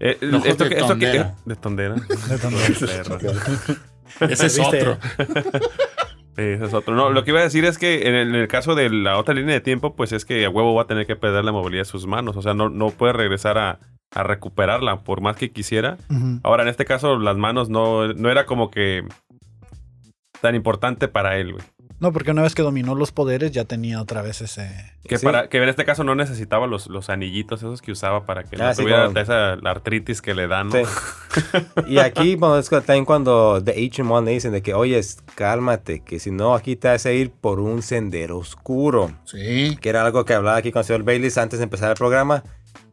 Speaker 4: Eh,
Speaker 2: El ojo
Speaker 4: esto
Speaker 2: de
Speaker 4: que, esto que-
Speaker 2: Tondera.
Speaker 4: de Tondera.
Speaker 1: De
Speaker 4: Perro.
Speaker 2: Ese es
Speaker 1: ¿Viste?
Speaker 2: otro.
Speaker 4: Sí, Eh, ese es otro. No, lo que iba a decir es que en el, en el caso de la otra línea de tiempo, pues es que a huevo va a tener que perder la movilidad de sus manos. O sea, no, no puede regresar a, a recuperarla por más que quisiera.
Speaker 1: Ujú.
Speaker 4: Ahora, en este caso, las manos no, no era como que tan importante para él, güey.
Speaker 1: No, porque una vez que dominó los poderes ya tenía otra vez ese.
Speaker 4: Que,
Speaker 3: Sí.
Speaker 4: para, que en este caso no necesitaba los, los anillitos esos que usaba para que
Speaker 3: Ah,
Speaker 4: no
Speaker 3: sí,
Speaker 4: tuviera
Speaker 3: como-
Speaker 4: esa la artritis que le dan. ¿no?
Speaker 3: Sí.
Speaker 4: <laughs>
Speaker 3: y aquí bueno, es que también cuando The Ancient One le dicen de que, oye, cálmate, que si no aquí te hace ir por un sendero oscuro.
Speaker 2: Sí.
Speaker 3: que era algo que hablaba aquí con el señor Baylis antes de empezar el programa.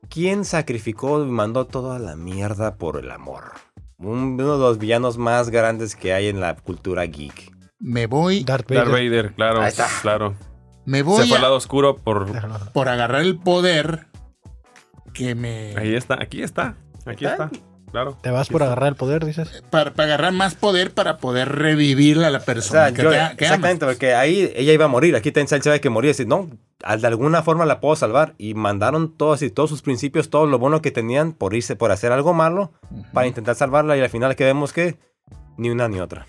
Speaker 3: ¿Quién sacrificó y mandó toda la mierda por el amor? Un- uno de los villanos más grandes que hay en la cultura geek.
Speaker 2: Me voy,
Speaker 1: Darth Vader.
Speaker 4: Darth Vader, claro,
Speaker 3: Ahí está.
Speaker 4: claro.
Speaker 2: me
Speaker 4: Se
Speaker 2: voy
Speaker 4: fue al
Speaker 2: a-
Speaker 4: lado oscuro por...
Speaker 1: Déjalo.
Speaker 2: por agarrar el poder que me...
Speaker 4: Ahí está, aquí está, aquí
Speaker 3: ¿Está?
Speaker 4: está, claro.
Speaker 1: Te vas por agarrar el poder, dices.
Speaker 2: Para, para agarrar más poder para poder revivir a la
Speaker 3: O sea,
Speaker 2: persona que,
Speaker 3: yo-
Speaker 2: te- que
Speaker 3: exactamente,
Speaker 2: amas.
Speaker 3: porque ahí ella iba a morir. Aquí Tensai sabe que moría. Así, no, al- de alguna forma la puedo salvar. Y mandaron todos y todos sus principios, todo lo bueno que tenían por irse, por hacer algo malo, para intentar salvarla. Y al final que vemos que ni una ni otra.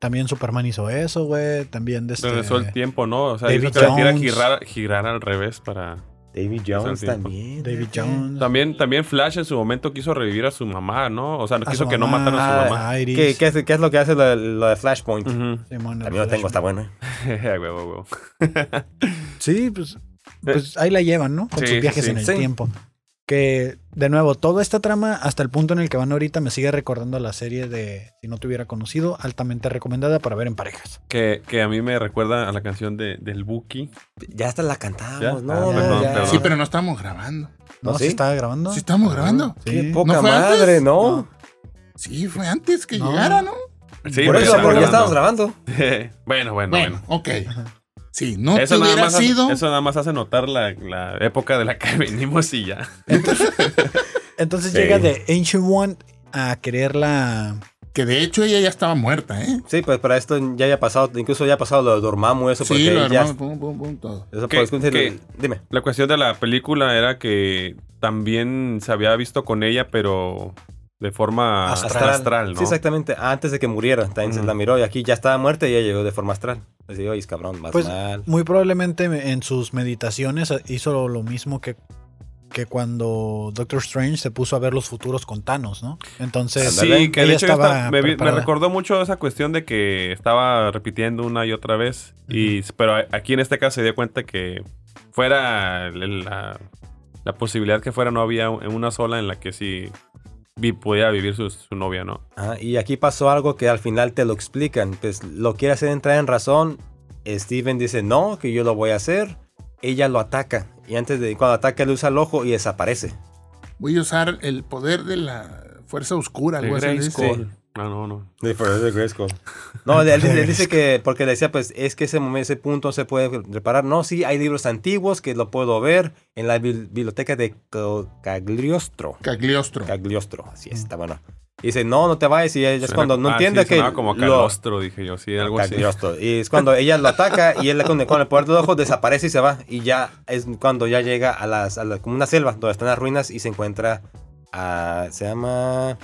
Speaker 1: También Superman hizo eso, güey. También de este...
Speaker 4: Regresó el tiempo, ¿no? O sea,
Speaker 1: David
Speaker 4: hizo que la tierra
Speaker 1: Jones.
Speaker 4: girar, girar al revés para...
Speaker 3: David Jones
Speaker 4: tiempo.
Speaker 3: también.
Speaker 1: David
Speaker 3: fíjate.
Speaker 1: Jones.
Speaker 4: También, también Flash en su momento quiso revivir a su mamá, ¿no? O sea, no
Speaker 1: A
Speaker 4: quiso
Speaker 1: su
Speaker 4: que no
Speaker 1: mamá,
Speaker 4: mataran a su mamá.
Speaker 1: a Iris,
Speaker 3: ¿Qué, qué es, qué es lo que hace la, la de Flashpoint?
Speaker 4: Ujú. <laughs>
Speaker 1: Simón, el
Speaker 3: También lo
Speaker 1: Flash.
Speaker 3: tengo, está bueno. eh.
Speaker 4: Jeje, huevo, huevo.
Speaker 1: Sí, pues, pues ahí la llevan, ¿no? Con
Speaker 4: Sí,
Speaker 1: sus viajes
Speaker 4: sí,
Speaker 1: en el
Speaker 3: sí.
Speaker 1: tiempo. Que, de nuevo, toda esta trama, hasta el punto en el que van ahorita, me sigue recordando a la serie de Si no te hubiera conocido, altamente recomendada para ver en parejas.
Speaker 4: Que, que a mí me recuerda a la canción de, del Buki.
Speaker 3: Ya hasta la cantamos,
Speaker 4: Ya,
Speaker 3: ¿no?
Speaker 1: ah,
Speaker 3: no,
Speaker 1: perdón,
Speaker 3: ya.
Speaker 4: perdón.
Speaker 2: Sí, pero no estamos grabando.
Speaker 1: ¿No?
Speaker 3: ¿Ah,
Speaker 1: ¿Se
Speaker 3: sí?
Speaker 1: estaba grabando?
Speaker 2: Sí, estamos grabando.
Speaker 3: Qué
Speaker 1: Sí.
Speaker 3: poca
Speaker 2: ¿No fue antes?
Speaker 3: madre, ¿no?
Speaker 1: No.
Speaker 2: Sí, fue antes que
Speaker 1: No.
Speaker 2: llegara, ¿no?
Speaker 4: Sí,
Speaker 3: Por
Speaker 4: pero
Speaker 3: eso,
Speaker 4: ya
Speaker 3: pero ya
Speaker 4: estamos
Speaker 3: estábamos grabando.
Speaker 4: grabando. <laughs> bueno, bueno,
Speaker 2: Bueno,
Speaker 4: bueno.
Speaker 2: ok. Sí, no te
Speaker 4: Eso, nada
Speaker 2: hubiera
Speaker 4: más hace,
Speaker 2: sido.
Speaker 4: eso nada más hace notar la, la época de la que <laughs> venimos y ya.
Speaker 3: <laughs>
Speaker 1: Entonces
Speaker 3: Sí.
Speaker 1: llega de Ancient One a quererla.
Speaker 2: Que de hecho ella ya estaba muerta, ¿eh?
Speaker 3: Sí, pues para esto ya haya pasado, incluso ya ha pasado lo de Dormammu, eso, porque
Speaker 2: Sí, lo
Speaker 3: ya...
Speaker 2: armamos, pum, pum, pum, todo.
Speaker 3: Eso,
Speaker 4: ¿Qué-
Speaker 3: pues,
Speaker 4: qué?
Speaker 3: Dime.
Speaker 4: La cuestión de la película era que también se había visto con ella, pero de forma
Speaker 1: Astral.
Speaker 4: astral, ¿no?
Speaker 3: Sí, exactamente. Antes de que muriera, también se
Speaker 4: Ujú.
Speaker 3: la miró y aquí ya estaba muerta y ella llegó de forma astral. Así, oye, cabrón, vas
Speaker 1: Pues-
Speaker 3: mal.
Speaker 1: Muy probablemente en sus meditaciones hizo lo mismo que, que cuando Doctor Strange se puso a ver los futuros con Thanos, ¿no? Entonces,
Speaker 4: Sí,
Speaker 3: Ándale.
Speaker 4: que de
Speaker 1: Ella
Speaker 4: hecho ya
Speaker 1: estaba
Speaker 4: está- me, vi- me
Speaker 1: preparada.
Speaker 4: recordó mucho esa cuestión de que estaba repitiendo una y otra vez. y, pero a- aquí en este caso se dio cuenta que fuera el- la, la posibilidad que fuera, no había u- una sola en la que sí vi- podía vivir su, su novia, ¿no?
Speaker 3: Ah, y aquí pasó algo que al final te lo explican. Pues lo quiere hacer entrar en razón. Steven dice no, que yo lo voy a hacer. Ella lo ataca. Y antes de cuando ataca, le usa el ojo y desaparece.
Speaker 2: Voy a usar el poder de la fuerza oscura, algo
Speaker 4: De
Speaker 2: así. dice.
Speaker 4: Grayskull. Ah, No, no, no.
Speaker 3: No, él, él dice que, porque le decía, pues es que ese, momen- ese punto no se puede reparar. No, sí, hay libros antiguos que lo puedo ver en la bil- biblioteca de Co- Cagliostro.
Speaker 2: Cagliostro.
Speaker 3: Cagliostro, así es, está bueno. Y dice, no, no te vayas. Y es
Speaker 4: Suena-
Speaker 3: cuando no
Speaker 4: ah,
Speaker 3: entiende
Speaker 4: sí,
Speaker 3: que.
Speaker 4: sonaba como
Speaker 3: lo-
Speaker 4: calostro, dije yo, sí, algo así.
Speaker 3: Cagliostro. Y es cuando ella lo ataca y él con, con el poder del ojo desaparece y se va. Y ya es cuando ya llega a las a la- como una selva donde están las ruinas y se encuentra a. se llama.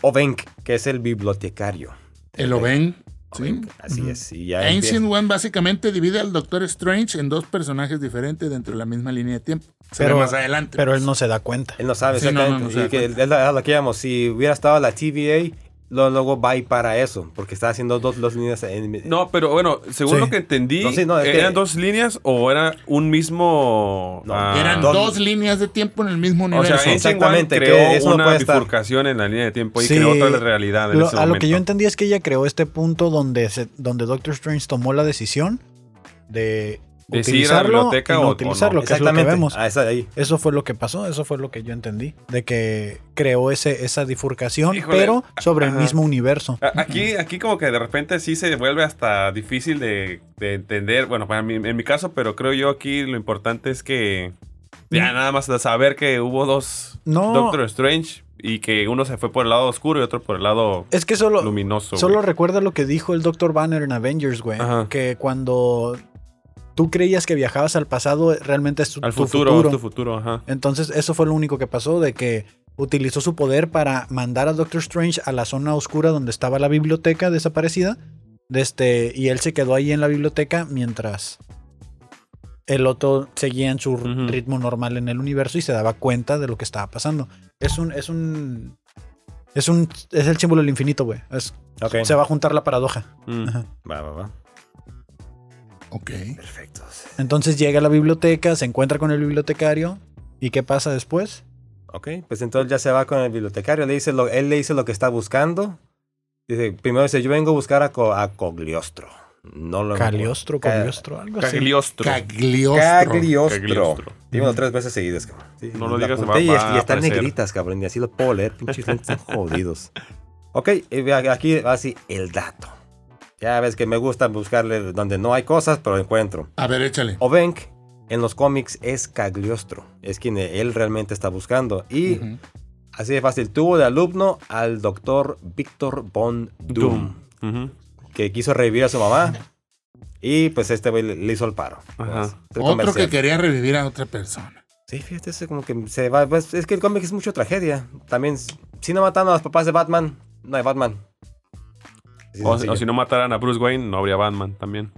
Speaker 3: Ovenk, que es el bibliotecario.
Speaker 2: El Oven. ¿sí?
Speaker 3: Ovenk, Así
Speaker 1: Ujú.
Speaker 3: es. Y ya
Speaker 2: Ancient
Speaker 3: empieza-
Speaker 2: One básicamente divide al Doctor Strange en dos personajes diferentes dentro de la misma línea de tiempo. Se ve
Speaker 1: Pero-
Speaker 2: más adelante.
Speaker 1: pero
Speaker 4: pues.
Speaker 1: él no se da cuenta.
Speaker 3: Él no sabe
Speaker 2: Sí, no, no,
Speaker 3: exactamente.
Speaker 2: no se da
Speaker 3: y que
Speaker 2: cuenta.
Speaker 3: es la- a lo que llamamos. Si hubiera estado la TVA, lo- luego va y para eso. Porque está haciendo dos, dos líneas. en-
Speaker 4: No, pero bueno, según
Speaker 1: Sí.
Speaker 4: lo que entendí,
Speaker 3: No, sí, no, es que-
Speaker 4: ¿eran dos líneas o era un mismo...?
Speaker 3: No,
Speaker 4: ah,
Speaker 2: Eran
Speaker 3: Don-
Speaker 2: dos líneas de tiempo en el mismo
Speaker 4: O
Speaker 2: universo.
Speaker 4: sea, Ancient One
Speaker 3: Exactamente, que
Speaker 4: creó
Speaker 3: eso no
Speaker 4: una
Speaker 3: puede estar.
Speaker 4: bifurcación en la línea de tiempo y
Speaker 1: Sí.
Speaker 4: creó otra realidad en
Speaker 1: Lo-
Speaker 4: ese
Speaker 1: a lo que yo
Speaker 4: momento.
Speaker 1: entendí es que ella creó este punto donde, se- donde Doctor Strange tomó la decisión de,
Speaker 4: De si ir a la
Speaker 1: utilizarlo
Speaker 4: biblioteca
Speaker 1: y
Speaker 4: o-
Speaker 1: no
Speaker 4: o
Speaker 1: utilizarlo,
Speaker 4: no.
Speaker 1: que es lo que vemos.
Speaker 3: Ah, esa de ahí.
Speaker 1: Eso fue lo que pasó, eso fue lo que yo entendí, de que creó ese, esa bifurcación,
Speaker 4: Híjole,
Speaker 1: pero sobre el
Speaker 4: ajá.
Speaker 1: mismo universo.
Speaker 4: A- Aquí, aquí como que de repente sí se vuelve hasta difícil de, de entender. Bueno, para mí, en mi caso, pero creo yo aquí lo importante es que ya nada más de saber que hubo dos
Speaker 1: Mm. No.
Speaker 4: Doctor Strange y que uno se fue por el lado oscuro y otro por el lado
Speaker 1: Es que solo,
Speaker 4: luminoso. güey.
Speaker 1: solo recuerda lo que dijo el Dr. Banner en Avengers, güey,
Speaker 4: Ajá.
Speaker 1: que cuando tú creías que viajabas al pasado, realmente es tu,
Speaker 4: al
Speaker 1: tu
Speaker 4: futuro,
Speaker 1: futuro. Eh,
Speaker 4: tu futuro, ajá.
Speaker 1: Entonces, eso fue lo único que pasó, de que utilizó su poder para mandar a Doctor Strange a la zona oscura donde estaba la biblioteca desaparecida. de este, y él se quedó ahí en la biblioteca mientras el otro seguía en su r-
Speaker 4: Ujú.
Speaker 1: ritmo normal en el universo y se daba cuenta de lo que estaba pasando. Es un, es un. Es un. Es el símbolo del infinito, güey. Es-
Speaker 3: Ok.
Speaker 1: Se va a juntar la paradoja.
Speaker 4: Mm.
Speaker 1: Ajá.
Speaker 3: Va, va, va.
Speaker 2: Ok.
Speaker 3: Perfecto.
Speaker 1: Entonces llega a la biblioteca, se encuentra con el bibliotecario. ¿Y qué pasa después?
Speaker 3: Ok, pues entonces ya se va con el bibliotecario, le dice lo, él le dice lo que está buscando. Dice, primero dice, yo vengo a buscar a, Co- a Cogliostro. No lo
Speaker 1: Caliostro,
Speaker 3: Ca-
Speaker 1: Caliostro, algo así.
Speaker 4: Cagliostro.
Speaker 2: Cagliostro.
Speaker 3: Cagliostro.
Speaker 4: Cagliostro.
Speaker 3: Dímelo tres veces seguidas, cabrón. Sí,
Speaker 4: No lo
Speaker 3: la
Speaker 4: digas,
Speaker 3: apunté
Speaker 4: va-
Speaker 3: y,
Speaker 4: va
Speaker 3: es- y
Speaker 4: a
Speaker 3: están
Speaker 4: aparecer.
Speaker 3: negritas, cabrón. Y así lo puedo leer. Pinches lentes están
Speaker 4: <laughs>
Speaker 3: jodidos. Ok, y ve aquí así el dato. Ya ves que me gusta buscarle donde no hay cosas, pero encuentro.
Speaker 2: A ver, échale.
Speaker 3: Ovenk en los cómics es Cagliostro. Es quien él realmente está buscando. Y
Speaker 2: Ujú.
Speaker 3: Así de fácil, tuvo de alumno al doctor Víctor Von Doom,
Speaker 4: Doom. Ujú.
Speaker 3: que quiso revivir a su mamá. Y pues este güey le- le hizo el paro.
Speaker 4: Ajá.
Speaker 3: Pues, el
Speaker 2: Otro que
Speaker 3: comercial.
Speaker 2: quería revivir a otra persona.
Speaker 3: Sí, fíjate, es como que se va. pues, es que el cómic es mucha tragedia. También, si no mataron a los papás de Batman, no hay Batman. Así
Speaker 4: O,
Speaker 3: sencillo.
Speaker 4: o si no mataran a Bruce Wayne, no habría Batman también.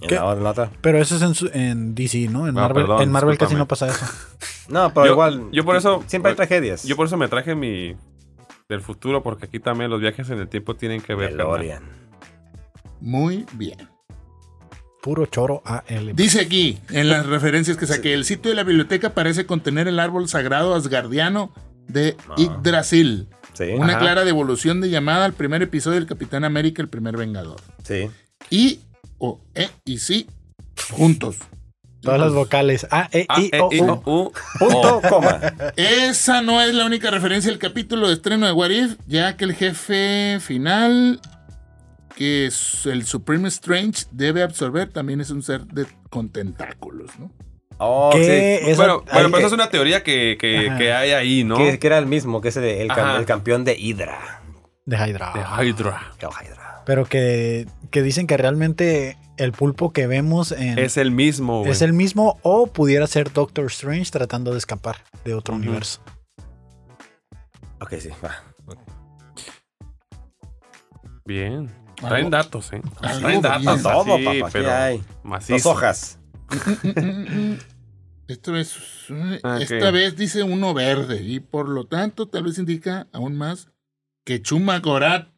Speaker 3: En
Speaker 1: ¿Qué?
Speaker 3: la otra- en la otra.
Speaker 1: Pero eso es en, su- en DC, ¿no? En
Speaker 4: Ah,
Speaker 1: Marvel,
Speaker 4: perdón,
Speaker 1: en Marvel casi
Speaker 4: discúlpame.
Speaker 1: no pasa eso.
Speaker 4: <laughs>
Speaker 3: No, pero
Speaker 4: Yo-
Speaker 3: igual.
Speaker 4: yo por eso- pues,
Speaker 3: Siempre hay tragedias.
Speaker 4: Yo por eso me traje mi del futuro, porque aquí también los viajes en el tiempo tienen que ver. carnal.
Speaker 3: DeLorean.
Speaker 2: Muy bien.
Speaker 1: Puro choro AL.
Speaker 2: Dice aquí, en las referencias que saqué, el sitio de la biblioteca parece contener el árbol sagrado asgardiano de
Speaker 3: Ah.
Speaker 2: Yggdrasil.
Speaker 3: Sí.
Speaker 2: Una
Speaker 4: Ajá.
Speaker 2: clara devolución de llamada al primer episodio del Capitán América, el primer Vengador.
Speaker 3: Sí.
Speaker 2: Y, o, e, y sí, juntos.
Speaker 1: Todas las vocales A, E,
Speaker 4: A,
Speaker 1: I,
Speaker 4: E,
Speaker 1: O,
Speaker 4: I,
Speaker 1: U.
Speaker 4: O, U,
Speaker 3: oh, Punto,
Speaker 4: O.
Speaker 3: coma.
Speaker 2: Esa no es la única referencia del capítulo de estreno de What If, ya que el jefe final, que es el Supreme Strange, debe absorber, también es un ser de, con tentáculos,
Speaker 4: <laughs>
Speaker 2: ¿no?
Speaker 3: Oh,
Speaker 1: ¿Qué?
Speaker 3: sí.
Speaker 1: Esa-
Speaker 4: Bueno,
Speaker 1: ahí-
Speaker 4: bueno, pero esa es una teoría que, que-
Speaker 1: Ajá.
Speaker 4: que hay ahí, ¿no?
Speaker 3: Que, que era el mismo, que es el, el cam-
Speaker 4: Ajá.
Speaker 3: el campeón de Hydra.
Speaker 1: De Hydra.
Speaker 4: De Hydra.
Speaker 3: El Hydra.
Speaker 1: Pero que, que dicen que realmente el pulpo que vemos en-
Speaker 4: Es el mismo, güey.
Speaker 1: es el mismo o pudiera ser Doctor Strange tratando de escapar de otro
Speaker 4: Ujú.
Speaker 1: universo.
Speaker 3: Ok, sí, va.
Speaker 4: Bien. Traen
Speaker 2: Algo-
Speaker 4: datos, ¿eh?
Speaker 2: algo
Speaker 4: Traen datos.
Speaker 2: bien.
Speaker 3: Ah, Todo,
Speaker 4: así,
Speaker 3: papá, aquí
Speaker 4: pero
Speaker 3: hay. Dos
Speaker 4: macizo.
Speaker 3: hojas.
Speaker 2: Esto es, eh,
Speaker 4: Ah, ok.
Speaker 2: Esta vez dice uno verde y por lo tanto tal vez indica aún más que Chuma Gorat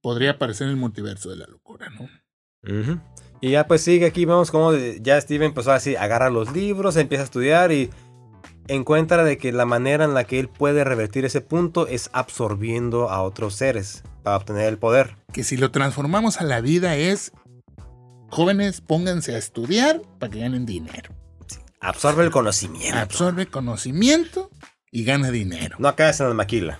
Speaker 2: podría aparecer en el multiverso de la locura, ¿no?
Speaker 3: Ujú. Y ya pues sigue aquí, vemos cómo de- ya Steven empezó así, agarra los libros, empieza a estudiar y encuentra de que la manera en la que él puede revertir ese punto es absorbiendo a otros seres para obtener el poder.
Speaker 2: Que si lo transformamos a la vida es jóvenes pónganse a estudiar para que ganen dinero.
Speaker 3: Absorbe el conocimiento.
Speaker 2: Absorbe conocimiento y gana dinero.
Speaker 3: No acabes en la maquila.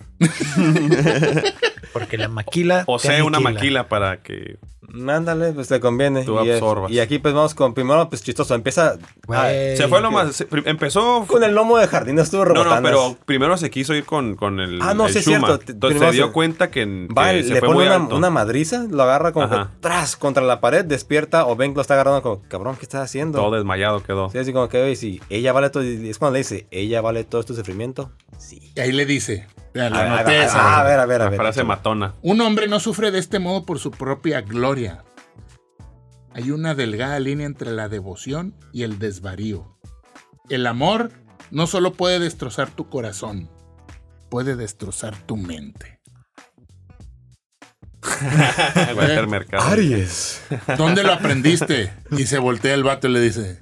Speaker 1: Porque la
Speaker 4: <laughs>
Speaker 1: maquila.
Speaker 4: Posee
Speaker 1: te
Speaker 4: una
Speaker 1: aniquila.
Speaker 4: maquila para que.
Speaker 3: Mándale, pues le conviene.
Speaker 4: Tú
Speaker 3: y, eh,
Speaker 4: absorbas.
Speaker 3: Y aquí pues vamos con, primero pues chistoso, empieza
Speaker 1: Güey.
Speaker 3: ah,
Speaker 4: Se fue lo más. se- prim- empezó.
Speaker 3: con el lomo de jardín, estuvo
Speaker 4: No,
Speaker 3: rebotando.
Speaker 4: no, pero primero se quiso ir con, con el.
Speaker 3: Ah, no,
Speaker 4: el
Speaker 3: sí es
Speaker 4: Shuma.
Speaker 3: cierto. Te-
Speaker 4: Entonces se
Speaker 3: primero
Speaker 4: dio
Speaker 3: se-
Speaker 4: cuenta que, que
Speaker 3: Va,
Speaker 4: se
Speaker 3: le
Speaker 4: fue
Speaker 3: pone
Speaker 4: muy
Speaker 3: una,
Speaker 4: alto.
Speaker 3: una madriza, lo agarra como que
Speaker 4: Ajá.
Speaker 3: tras contra la pared, despierta o Ben lo está agarrando como, cabrón, ¿qué estás haciendo?
Speaker 4: Todo desmayado quedó.
Speaker 3: Sí, así como que, oye, si ella vale todo, y es cuando le dice, ella vale todo tu sufrimiento, sí.
Speaker 2: Y ahí le dice, vea,
Speaker 3: A
Speaker 2: la
Speaker 3: ver,
Speaker 2: anoté
Speaker 3: a,
Speaker 2: esa.
Speaker 3: ver, a ver, a
Speaker 4: La
Speaker 3: ver. <laughs>
Speaker 4: frase matona.
Speaker 2: Un hombre no sufre de este modo por su propia gloria. Hay una delgada línea entre la devoción y el desvarío. El amor no solo puede destrozar tu corazón, puede destrozar tu mente.
Speaker 4: Watermercado.
Speaker 3: Aries.
Speaker 2: ¿Dónde lo aprendiste? Y se voltea el vato y le dice,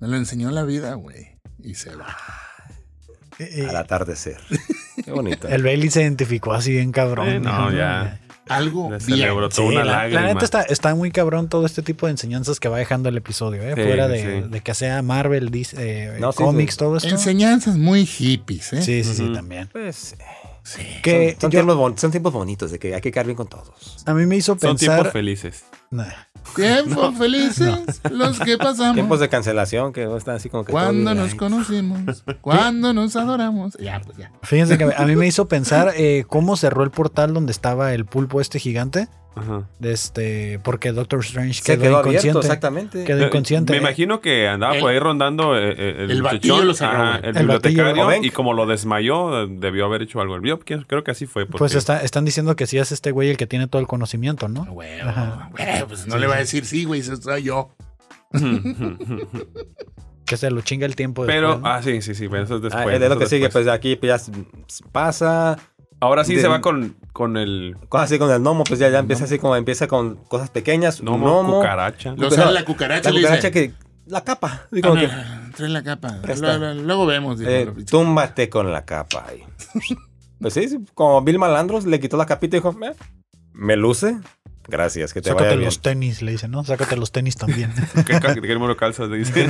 Speaker 2: me lo enseñó la vida, güey. Y se va.
Speaker 1: Eh, eh, <laughs>
Speaker 3: Al atardecer. Qué bonito.
Speaker 1: El Bailey se identificó así bien cabrón.
Speaker 4: Eh, no, ya.
Speaker 2: Algo
Speaker 4: Le
Speaker 2: bien.
Speaker 4: celebró
Speaker 1: Sí,
Speaker 4: toda una
Speaker 1: la, la
Speaker 4: lágrima.
Speaker 1: neta está, está muy cabrón todo este tipo de enseñanzas que va dejando el episodio, ¿eh?
Speaker 4: Sí,
Speaker 1: Fuera de,
Speaker 4: sí.
Speaker 1: de que sea Marvel, Dis- eh,
Speaker 3: No, sí,
Speaker 1: cómics,
Speaker 3: sí.
Speaker 1: todo esto.
Speaker 2: Enseñanzas muy hippies, ¿eh?
Speaker 1: Sí, sí, sí,
Speaker 4: Ujú.
Speaker 1: también.
Speaker 3: Pues,
Speaker 2: Sí.
Speaker 1: Que
Speaker 3: son,
Speaker 1: Eh, yo-
Speaker 3: tiempos bon- son tiempos bonitos, de que hay que quedar bien con todos.
Speaker 1: a mí me hizo
Speaker 4: Son tiempos
Speaker 1: pensar.
Speaker 4: felices.
Speaker 1: Nah.
Speaker 2: Tiempos felices los que pasamos.
Speaker 3: Tiempos de cancelación que están así como que... todo
Speaker 2: Cuando
Speaker 3: bien.
Speaker 2: nos conocimos, cuando nos adoramos. Ya, pues ya.
Speaker 1: Fíjense que a mí me
Speaker 3: <laughs>
Speaker 1: hizo pensar eh, cómo cerró el portal donde estaba el pulpo este gigante.
Speaker 4: Ajá.
Speaker 1: de Este, porque Doctor Strange
Speaker 3: Se
Speaker 1: quedó,
Speaker 3: quedó abierto,
Speaker 1: inconsciente.
Speaker 3: exactamente.
Speaker 1: Quedó inconsciente.
Speaker 4: Me
Speaker 1: eh.
Speaker 4: imagino que andaba
Speaker 2: El-
Speaker 4: por ahí rondando eh, eh, el,
Speaker 2: el batillo
Speaker 4: muchachón,
Speaker 2: lo sacó, güey.
Speaker 4: ajá, el,
Speaker 1: El batillo.
Speaker 4: bibliotecario.
Speaker 3: O Benk.
Speaker 4: y como lo desmayó, eh, debió haber hecho algo. El bio- creo que así fue. porque-
Speaker 1: Pues
Speaker 4: <laughs>
Speaker 1: está- están diciendo que sí es este güey el que tiene todo el conocimiento, ¿no?
Speaker 2: Ah, Güey,
Speaker 1: Ajá.
Speaker 2: güey, pues no le va a decir sí, güey, eso soy yo.
Speaker 4: Pues,
Speaker 3: pues,
Speaker 1: Que se lo chinga el tiempo.
Speaker 4: Pero,
Speaker 1: después, ¿no?
Speaker 4: ah, sí, sí, sí, pero eso es
Speaker 3: Ah,
Speaker 4: después.
Speaker 3: es de lo
Speaker 4: eso
Speaker 3: que
Speaker 4: es
Speaker 3: sigue,
Speaker 4: después.
Speaker 3: pues aquí pues, ya s- pasa,
Speaker 4: Ahora sí
Speaker 3: de-
Speaker 4: se va con, con el
Speaker 3: cosas así con el gnomo, pues ya, ya empieza así como empieza con cosas pequeñas, un
Speaker 4: gnomo,
Speaker 3: gnomo,
Speaker 4: cucaracha. <laughs>
Speaker 2: Lo
Speaker 3: Pero
Speaker 2: sale la cucaracha
Speaker 3: la
Speaker 2: y le
Speaker 3: cucaracha
Speaker 2: dice.
Speaker 3: que... La capa.
Speaker 2: "Ah,
Speaker 3: Digo que,
Speaker 2: mira, Trae la capa.
Speaker 3: Presta.
Speaker 2: Luego, luego vemos. dijo
Speaker 3: Eh,
Speaker 2: la pinche.
Speaker 3: túmbate con la capa ahí. Pues sí, sí, como Bill Malandros le quitó la capita y dijo, "Eh, me luce. Gracias, que te vaya
Speaker 1: Sácate
Speaker 3: bien.
Speaker 1: los tenis, le dice, ¿no? Sácate los
Speaker 3: <laughs>
Speaker 1: tenis también.
Speaker 4: ¿Qué, ca- qué número calzas? Le dice.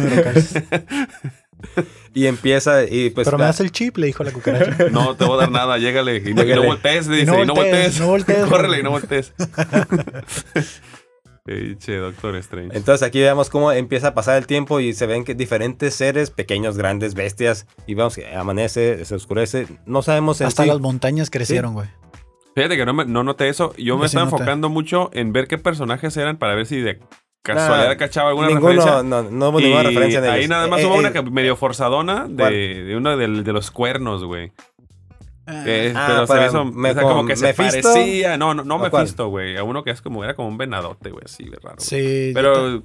Speaker 3: Y empieza y pues
Speaker 1: Pero me
Speaker 3: la-
Speaker 1: das el chip, le dijo la
Speaker 4: <laughs>
Speaker 1: cucaracha.
Speaker 4: No te voy a dar nada, llégale. Y, no- y no
Speaker 3: Llégale.
Speaker 4: voltees, le
Speaker 1: Y no
Speaker 4: dice. Y no
Speaker 1: voltees,
Speaker 4: voltees.
Speaker 1: no voltees.
Speaker 4: <laughs> Córrele y
Speaker 3: <laughs>
Speaker 4: no voltees. Eche, Doctor Strange.
Speaker 3: entonces aquí vemos cómo empieza a pasar el tiempo y se ven que diferentes seres, pequeños, grandes, bestias, y vemos que amanece, se oscurece, no sabemos en
Speaker 1: Hasta
Speaker 3: sí.
Speaker 1: las montañas crecieron, güey.
Speaker 4: Fíjate que no, me- no noté eso. Yo
Speaker 1: Yo
Speaker 4: me
Speaker 1: sí
Speaker 4: estaba
Speaker 1: noté.
Speaker 4: enfocando mucho en ver qué personajes eran para ver si de casualidad
Speaker 3: Nah,
Speaker 4: cachaba alguna
Speaker 3: Ninguno,
Speaker 4: referencia.
Speaker 3: no, no hubo ninguna
Speaker 4: Y
Speaker 3: referencia Eh, de
Speaker 4: Ahí nada más hubo una que medio forzadona
Speaker 3: ¿cuál?
Speaker 4: de, de uno del- de los cuernos, güey. Eh,
Speaker 3: Ah,
Speaker 4: pero se
Speaker 3: para-
Speaker 4: me hizo
Speaker 3: me-
Speaker 4: o sea, como
Speaker 3: con
Speaker 4: que se
Speaker 3: Mephisto.
Speaker 4: parecía. No, no, no
Speaker 3: ¿O
Speaker 4: me
Speaker 3: cuál?
Speaker 4: fisto, güey. A uno que es como era como un venadote, güey, así, güey, raro. güey.
Speaker 1: Sí. yo
Speaker 4: Pero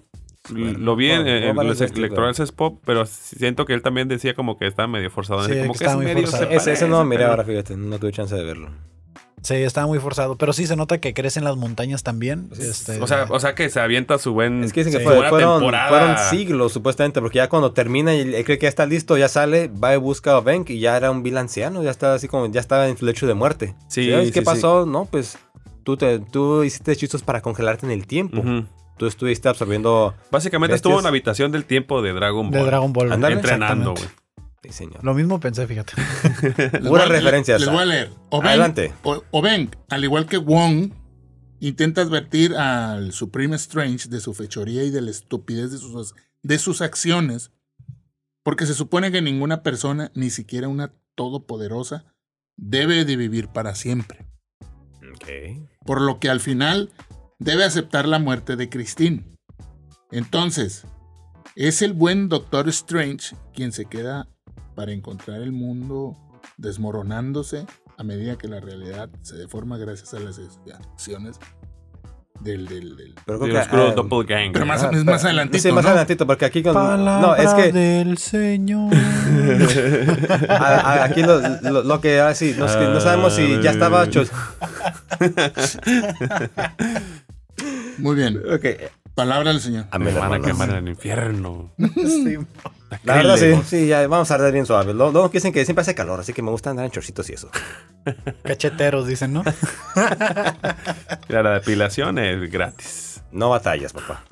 Speaker 4: lo vi en,
Speaker 3: Bueno,
Speaker 4: en
Speaker 3: no vale
Speaker 4: los
Speaker 3: el estilo.
Speaker 4: Electoral Says Pop, pero siento que él también decía como que estaba medio forzado.
Speaker 1: Sí,
Speaker 4: como
Speaker 1: que
Speaker 4: que
Speaker 1: estaba
Speaker 4: es
Speaker 1: muy
Speaker 4: medio
Speaker 1: forzado.
Speaker 4: se
Speaker 3: Ese, ese no lo
Speaker 4: parece,
Speaker 3: miré
Speaker 4: pero-
Speaker 3: ahora, fíjate. No tuve chance de verlo.
Speaker 1: ta- Sí, estaba muy forzado. Pero sí se nota que crece en las montañas también. este,
Speaker 4: O sea, o sea que se avienta su buen.
Speaker 3: Es que dicen que
Speaker 1: Sí.
Speaker 3: fue-
Speaker 4: Mm, Buena
Speaker 3: fueron,
Speaker 4: temporada.
Speaker 3: fueron siglos, supuestamente, porque ya cuando termina y él cree que ya está listo, ya sale, va y busca a Bank y ya era un vil anciano, ya estaba así como, ya estaba en su lecho de muerte.
Speaker 4: Sí,
Speaker 3: ¿Sabes
Speaker 4: sí,
Speaker 3: qué
Speaker 4: sí.
Speaker 3: pasó? No, pues tú, te, tú hiciste hechizos para congelarte en el tiempo.
Speaker 4: Ujú.
Speaker 3: Tú estuviste absorbiendo...
Speaker 4: Básicamente
Speaker 3: Bestias.
Speaker 4: estuvo en la habitación del tiempo de Dragon Ball.
Speaker 1: de Dragon Ball.
Speaker 3: Ándale.
Speaker 4: Entrenando,
Speaker 1: Exactamente.
Speaker 4: güey.
Speaker 3: Sí, señor.
Speaker 1: Lo mismo pensé, <laughs> fíjate.
Speaker 2: Les
Speaker 3: Puras
Speaker 2: voy a-
Speaker 3: referencias.
Speaker 2: Les voy a leer. Obenk-
Speaker 3: Adelante.
Speaker 2: O- Obenk, al igual que Wong, intenta advertir al Supreme Strange de su fechoría y de la estupidez de sus, de sus acciones, porque se supone que ninguna persona, ni siquiera una todopoderosa, debe de vivir para siempre.
Speaker 4: Mm,
Speaker 2: Por lo que al final debe aceptar la muerte de Christine. Entonces, es el buen Doctor Strange quien se queda para encontrar el mundo desmoronándose a medida que la realidad se deforma gracias a las acciones del... del, del-
Speaker 3: Pero creo
Speaker 4: De
Speaker 3: que,
Speaker 4: oscuro
Speaker 3: ah,
Speaker 4: Doppelganger.
Speaker 2: Pero más,
Speaker 3: ah,
Speaker 2: es
Speaker 3: pero-
Speaker 2: más adelantito,
Speaker 3: Sí, más
Speaker 2: ¿no?
Speaker 3: adelantito, porque aquí... con- no, es que...
Speaker 1: del <laughs> Señor.
Speaker 3: A- a- aquí lo, lo- lo que ahora sí, no, es que no sabemos si ya estaba hecho.
Speaker 2: Muy bien.
Speaker 3: Ok.
Speaker 2: Palabra del señor.
Speaker 4: Me van a
Speaker 3: hermanos.
Speaker 4: quemar en el infierno.
Speaker 3: La verdad, sí, sí, ya vamos a hablar bien suave. Lo, lo que dicen que siempre hace calor, así que me gusta andar en chorcitos y eso.
Speaker 1: Cacheteros, dicen, <laughs> ¿no?
Speaker 4: Mira, la depilación es
Speaker 3: <laughs>
Speaker 4: gratis.
Speaker 3: No batallas, papá.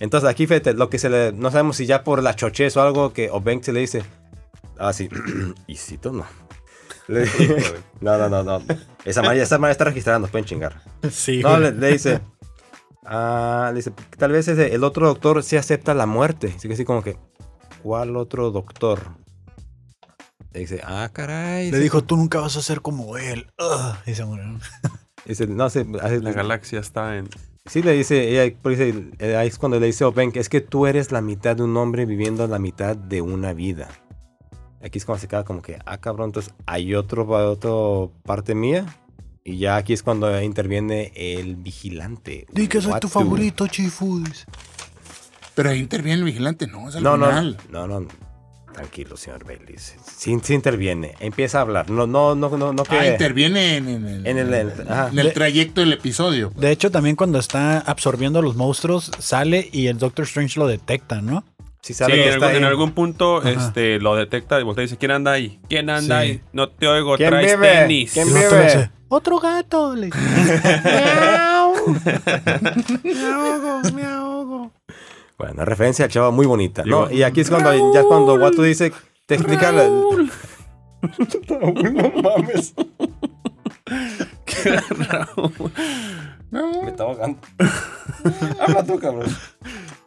Speaker 3: Entonces aquí, fíjate, lo que se le. No sabemos si ya por la chochez o algo que o Bank se le dice. Ah, sí. <clears throat> Isito, no. Le- <laughs> no, no, no, no. Esa madre, esa madre está registrada, nos pueden chingar.
Speaker 1: Sí.
Speaker 3: No,
Speaker 1: güey.
Speaker 3: le, le dice. Ah, le dice, tal vez ese- el otro doctor sí acepta la muerte. Así que así como que, ¿cuál otro doctor? Le dice, ah, caray.
Speaker 1: Le
Speaker 3: sí.
Speaker 1: dijo, tú nunca vas a ser como él. Ugh, y se murió.
Speaker 3: Dice, no sé, hace-
Speaker 4: La galaxia está en.
Speaker 3: Sí, le dice, ella, por dice, eh, ahí es cuando le dice Open, que es que tú eres la mitad de un hombre viviendo la mitad de una vida. Aquí es cuando se queda como que, ah, cabrón, entonces hay otro, otro parte mía. Y ya aquí es cuando interviene el vigilante.
Speaker 1: Di que soy tu
Speaker 3: Uatu.
Speaker 1: favorito, Chifus.
Speaker 2: Pero ahí interviene el vigilante, no, es al
Speaker 3: No, no,
Speaker 2: final.
Speaker 3: no, no. Tranquilo, señor Bailey. Sí, sí interviene. Empieza a hablar. No, no, no, no, no que...
Speaker 2: Ah, interviene en, en el,
Speaker 3: en el... el- ajá.
Speaker 2: en el trayecto del episodio. pues.
Speaker 1: De hecho, también cuando está absorbiendo a los monstruos, sale y el Doctor Strange lo detecta, ¿no?
Speaker 3: Si
Speaker 4: Sí,
Speaker 3: sabe que
Speaker 4: en
Speaker 3: está
Speaker 4: algún, en
Speaker 3: ahí.
Speaker 4: algún punto este, lo detecta y voltea y dice: ¿Quién anda ahí? ¿Quién anda
Speaker 1: Sí.
Speaker 4: ahí? No te oigo,
Speaker 3: ¿Quién
Speaker 4: traes
Speaker 3: vive?
Speaker 4: tenis.
Speaker 3: ¿Quién
Speaker 1: Y el otro
Speaker 3: vive?
Speaker 1: le dice, Otro gato. le- <laughs>
Speaker 3: Bueno, referencia al chavo muy bonita, ¿no?
Speaker 4: Digo,
Speaker 3: Y aquí es cuando ya cuando Watu dice, te explica la- Me está ahogando. Habla tú, cabrón.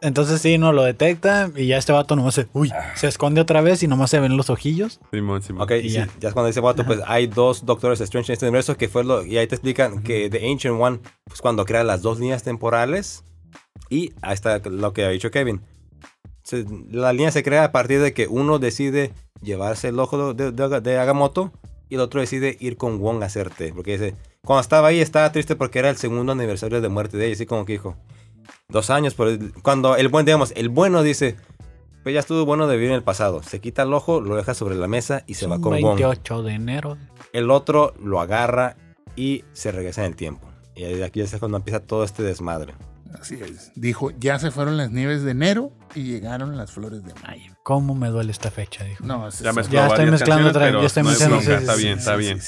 Speaker 1: Entonces sí, no lo detecta y ya este vato nomás se, uy, se esconde otra vez y nomás se ven los ojillos.
Speaker 4: Simón, Simón.
Speaker 3: Ok, y sí,
Speaker 1: Ya.
Speaker 3: ya. es cuando dice Watu, pues hay dos Doctores Strange en este universo que fue lo... Y ahí te explican que The Ancient One, pues cuando crea las dos líneas temporales y ahí está lo que ha dicho Kevin. Se- la línea se crea a partir de que uno decide llevarse el ojo de, de- de Agamotto y el otro decide ir con Wong a hacerte. Porque dice, cuando estaba ahí estaba triste porque era el segundo aniversario de muerte de ella, así como que dijo, dos años, pero cuando el buen, digamos, el bueno dice, pues ya estuvo bueno de vivir en el pasado, se quita el ojo, lo deja sobre la mesa y se va
Speaker 1: Un
Speaker 3: con Wong.
Speaker 1: 28 de enero.
Speaker 3: El otro lo agarra y se regresa en el tiempo. Y ahí- aquí es cuando empieza todo este desmadre.
Speaker 2: Así es. Dijo, ya se fueron las nieves de enero y llegaron las flores de mayo.
Speaker 1: ¿Cómo me duele esta fecha? Dijo.
Speaker 2: No, ese
Speaker 4: Ya
Speaker 2: es-
Speaker 4: mezcló
Speaker 1: Ya estoy
Speaker 4: varias
Speaker 1: mezclando
Speaker 4: canciones,
Speaker 1: otra vez,
Speaker 4: pero
Speaker 1: ya estoy
Speaker 4: no hay
Speaker 1: mezclando, sí, sí,
Speaker 4: bronca, Está
Speaker 1: sí,
Speaker 4: bien,
Speaker 2: Sí,
Speaker 4: está
Speaker 2: sí,
Speaker 4: bien.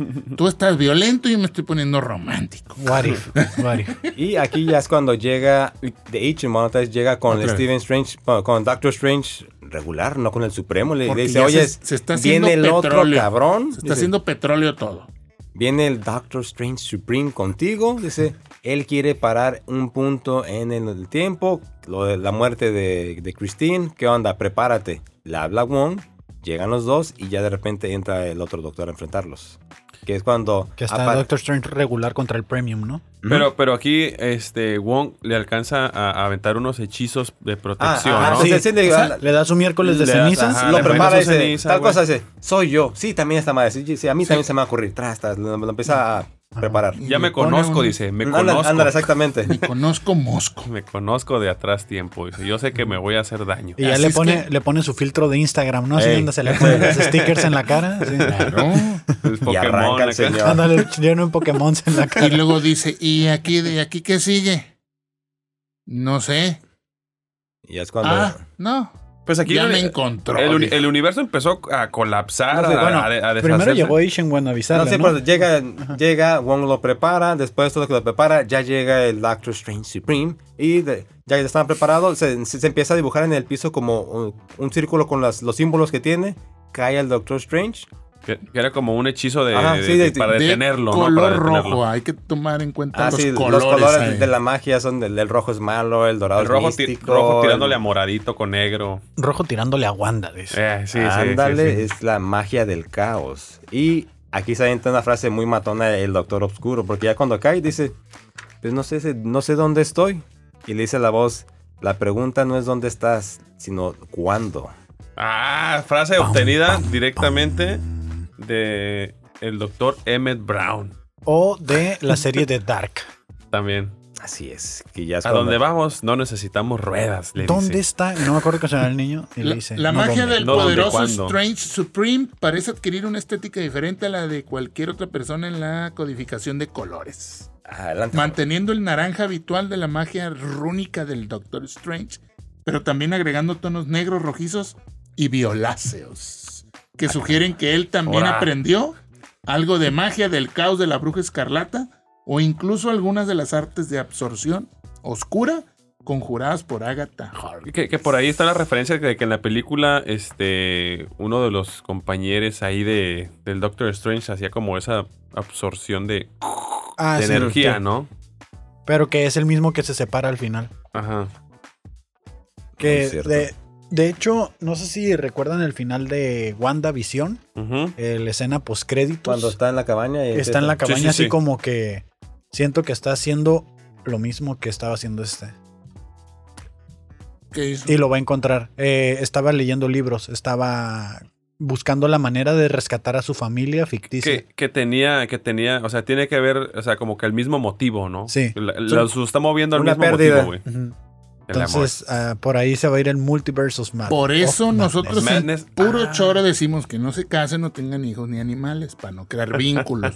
Speaker 2: sí,
Speaker 4: <laughs>
Speaker 2: sí. Tú estás violento y yo me estoy poniendo romántico.
Speaker 1: What
Speaker 2: <laughs>
Speaker 1: if, what if.
Speaker 3: Y aquí ya es cuando llega The Ancient One, otra vez llega con
Speaker 2: Otra vez.
Speaker 3: Steven Strange, bueno, con Doctor Strange regular, no con el Supremo. Le, le
Speaker 2: Porque
Speaker 3: dice,
Speaker 2: ya
Speaker 3: oye,
Speaker 2: se- se está haciendo
Speaker 3: viene el otro
Speaker 2: petróleo.
Speaker 3: cabrón.
Speaker 2: Se está
Speaker 3: Dice,
Speaker 2: haciendo petróleo todo.
Speaker 3: Viene el Doctor Strange Supreme contigo. Dice, él quiere parar un punto en el tiempo. Lo de la muerte de, de Christine. ¿Qué onda? Prepárate. Le habla Wong. Llegan los dos y ya de repente entra el otro doctor a enfrentarlos. Que es cuando...
Speaker 1: Que está
Speaker 3: apar-
Speaker 1: Doctor Strange regular contra el Premium, ¿no?
Speaker 4: Pero, pero aquí este, Wong le alcanza a, a aventar unos hechizos de protección,
Speaker 3: ajá,
Speaker 4: ¿no?
Speaker 3: sí.
Speaker 4: Sí.
Speaker 3: Entonces, le-
Speaker 1: O sea, le da su miércoles de
Speaker 4: le das,
Speaker 1: cenizas.
Speaker 4: ajá,
Speaker 3: lo
Speaker 4: le
Speaker 3: prepara
Speaker 4: pones
Speaker 3: ese,
Speaker 4: ceniza,
Speaker 3: tal
Speaker 4: güey.
Speaker 3: cosa ese. Soy yo. Sí, también está mal. Sí, sí, a mí también se me va a ocurrir. Tras, tras, lo, lo empieza a preparar.
Speaker 4: Ya me conozco, dice. Me
Speaker 3: Ándale,
Speaker 4: conozco.
Speaker 3: ándale,
Speaker 4: <laughs>
Speaker 3: exactamente.
Speaker 2: Me conozco Mosco.
Speaker 4: Me conozco de atrás tiempo. Dice. Yo sé que me voy a hacer daño.
Speaker 1: Y ya
Speaker 2: Así
Speaker 1: le
Speaker 2: es
Speaker 1: pone,
Speaker 2: que-
Speaker 1: le pone su filtro de Instagram, ¿no? Así
Speaker 4: Ey.
Speaker 1: donde se le ponen los stickers en la cara. así.
Speaker 2: Claro.
Speaker 4: El
Speaker 3: Y
Speaker 4: Pokémon
Speaker 3: arranca el
Speaker 4: acá.
Speaker 3: señor.
Speaker 1: Ándale, lleno de Pokémon en la
Speaker 2: Y
Speaker 1: cara.
Speaker 2: luego dice, ¿y aquí de aquí qué sigue? No sé.
Speaker 3: Y es cuando...
Speaker 2: Ah, no.
Speaker 4: Pues aquí
Speaker 2: Ya
Speaker 4: el-
Speaker 2: me encontró.
Speaker 4: el, uni-
Speaker 2: dijo.
Speaker 4: el universo empezó a colapsar,
Speaker 1: No sé,
Speaker 4: a,
Speaker 1: bueno,
Speaker 4: a de- a
Speaker 1: primero
Speaker 4: deshacerse.
Speaker 1: llegó Asian One a avisarle,
Speaker 3: No sé,
Speaker 1: ¿no?
Speaker 3: pero pues, llega, llega, Wong lo prepara, después todo lo que lo prepara, ya llega el Doctor Strange Supreme y de- ya que están preparados, se, se- se empieza a dibujar en el piso como un, un círculo con las- los símbolos que tiene, cae el Doctor Strange.
Speaker 4: Que, que era como un hechizo de,
Speaker 3: Ajá,
Speaker 4: de-
Speaker 3: sí, de-
Speaker 4: para
Speaker 2: de
Speaker 4: detenerlo, ¿no?
Speaker 2: color
Speaker 4: Para detenerlo.
Speaker 2: rojo. Hay que tomar en cuenta
Speaker 3: Ah,
Speaker 2: los,
Speaker 3: sí,
Speaker 2: colores,
Speaker 3: los colores
Speaker 2: ahí.
Speaker 3: de la magia son del, el rojo es malo, el dorado
Speaker 4: El rojo,
Speaker 3: es
Speaker 4: ti-
Speaker 3: ah, místico.
Speaker 4: rojo
Speaker 3: el-
Speaker 4: tirándole a moradito con negro.
Speaker 1: Rojo tirándole a Wanda, dice.
Speaker 4: Eh, sí, sí, sí,
Speaker 3: Ándale,
Speaker 4: sí.
Speaker 3: es la magia del caos. Y aquí se entra una frase muy matona del Doctor Obscuro, porque ya cuando cae dice, pues no sé, no sé dónde estoy. Y le dice la voz, la pregunta no es dónde estás, sino cuándo.
Speaker 4: Ah, frase obtenida directamente de el doctor Emmett Brown.
Speaker 1: O de la serie de Dark.
Speaker 4: También.
Speaker 3: Así es, que ya es
Speaker 4: A
Speaker 3: cuando-
Speaker 4: donde vamos no necesitamos ruedas. Le
Speaker 1: ¿Dónde
Speaker 4: dice.
Speaker 1: está? No me acuerdo que se llama el niño. Y
Speaker 2: La,
Speaker 1: le dice,
Speaker 2: la
Speaker 1: no,
Speaker 2: magia
Speaker 1: ¿dónde?
Speaker 2: del
Speaker 4: No, ¿dónde?
Speaker 2: poderoso
Speaker 4: ¿Cuándo?
Speaker 2: Strange Supreme parece adquirir una estética diferente a la de cualquier otra persona en la codificación de colores.
Speaker 3: Adelante.
Speaker 2: Manteniendo el naranja habitual de la magia rúnica del Doctor Strange, pero también agregando tonos negros, rojizos y violáceos, que sugieren que él también
Speaker 4: Ahora.
Speaker 2: aprendió algo de magia del caos de la bruja escarlata o incluso algunas de las artes de absorción oscura conjuradas por Agatha Harkness.
Speaker 4: Que, que por ahí está la referencia de que en la película este uno de los compañeros ahí de, del Doctor Strange hacía como esa absorción de,
Speaker 1: Ah,
Speaker 4: de
Speaker 1: sí,
Speaker 4: energía,
Speaker 1: sí.
Speaker 4: ¿no?
Speaker 1: Pero que es el mismo que se separa al final.
Speaker 4: Ajá.
Speaker 1: Que
Speaker 3: Muy cierto.
Speaker 1: de, de hecho, no sé si recuerdan el final de WandaVision,
Speaker 4: Ujú.
Speaker 1: eh, la escena postcréditos.
Speaker 3: Cuando está en la cabaña. eh, y
Speaker 1: está en la
Speaker 4: sí,
Speaker 1: cabaña, así
Speaker 4: sí.
Speaker 1: como que siento que está haciendo lo mismo que estaba haciendo este.
Speaker 2: ¿Qué hizo?
Speaker 1: Y lo va a encontrar. Eh, estaba leyendo libros, estaba buscando la manera de rescatar a su familia ficticia.
Speaker 4: que, que tenía, que tenía, o sea, tiene que ver, o sea, como que el mismo motivo, ¿no?
Speaker 1: Sí.
Speaker 4: La-
Speaker 1: Sí.
Speaker 4: los está moviendo el
Speaker 3: Una
Speaker 4: mismo
Speaker 3: pérdida.
Speaker 4: motivo, güey.
Speaker 1: Ujú.
Speaker 4: El amor.
Speaker 1: Entonces, ah, por ahí se va a ir el Multiverse of
Speaker 3: Ah,
Speaker 1: Mad-
Speaker 2: Por eso
Speaker 1: of
Speaker 2: nosotros
Speaker 1: Madness.
Speaker 2: en
Speaker 4: Madness.
Speaker 2: puro
Speaker 4: Ah.
Speaker 2: choro decimos que no se casen, no tengan hijos ni animales para no
Speaker 3: <laughs>
Speaker 2: crear vínculos